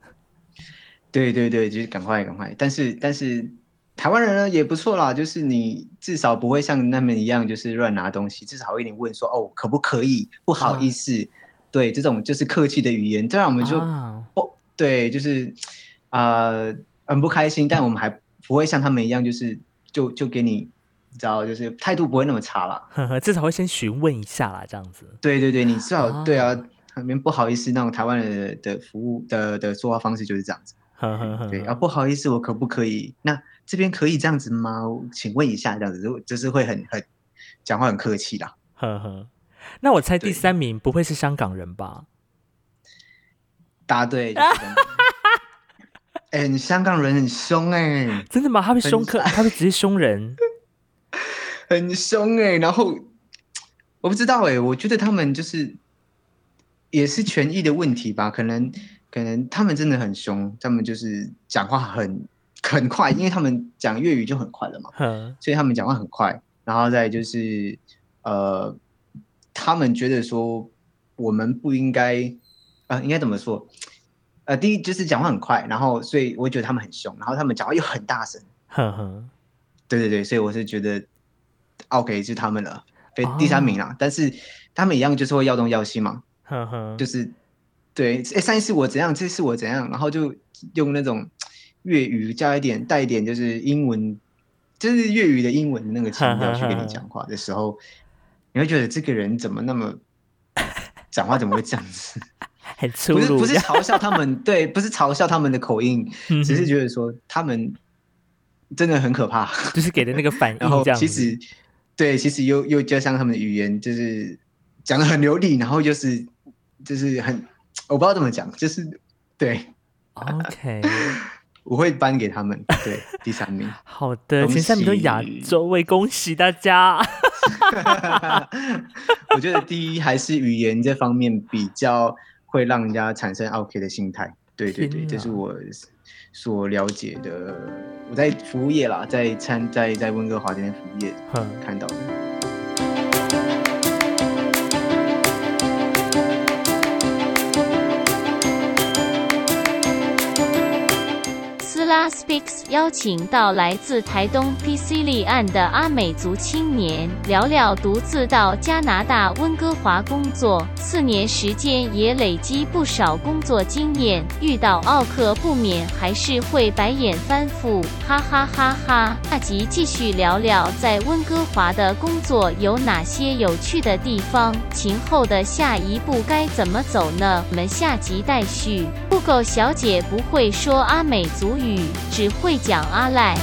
对对对，就是赶快赶快，但是但是。台湾人呢也不错啦，就是你至少不会像他们一样就是乱拿东西，至少会给你问说哦可不可以，不好意思，对这种就是客气的语言，这样我们就、啊，哦，对，就是呃很不开心，但我们还不会像他们一样，就是就就给你，你知道，就是态度不会那么差啦。呵呵，至少会先询问一下啦，这样子。对对对，你至少、对啊啊，很不好意思，那种台湾人的的服务的的说话方式就是这样子。呵呵呵呵对啊，不好意思，我可不可以？那这边可以这样子吗？我请问一下，这样子就就是会很很讲话很客气啦。呵呵。那我猜第对三名不会是香港人吧？答对，就是这样 哎、你香港人很凶哎、真的吗？他会很凶客，他会直接凶人。很凶哎、然后我不知道哎、我觉得他们就是也是权益的问题吧，可能可能他们真的很凶，他们就是讲话很很快，因为他们讲粤语就很快了嘛，呵所以他们讲话很快，然后再就是呃，他们觉得说我们不应该啊、呃应该怎么说？呃，第一就是讲话很快，然后所以我觉得他们很凶，然后他们讲话又很大声，呵呵。对对对，所以我是觉得 OK 就他们了，被第三名啦。但是他们一样就是会要东要西嘛，呵呵，就是对，哎，上一次我怎样，这次我怎样，然后就用那种粤语加一点带一点就是英文，就是粤语的英文的那个腔调去跟你讲话的时候，你会觉得这个人怎么 那么讲话怎么会这样子？很粗不是鲁，不是嘲笑他 们，对，不是嘲笑他们的口音，嗯只是哼觉得说他们真的很可怕。就是给的那个反应 然后这样子。其实对，其实又又加上他们的语言，就是讲的很流利，然后又是就是很我不知道怎么讲，就是对， OK，我会颁给他们，对，第三名， 好的，恭前三名都亚喜洲位，恭喜大家。 我觉得第一还是语言这方面比较会让人家产生 OK 的心态，对对对，天这是哪我所了解的。我在服务业啦，在参在在温哥华这边服务业哼看到的。斯拉 Speaks 邀请到来自台东 PC 立案的阿美族青年，聊聊独自到加拿大温哥华工作四年时间，也累积不少工作经验。遇到奥克不免还是会白眼翻覆，哈哈哈哈！下集继续聊聊在温哥华的工作有哪些有趣的地方，秦后的下一步该怎么走呢？我们下集待续。Google 小姐不会说阿美族语，只会讲阿赖。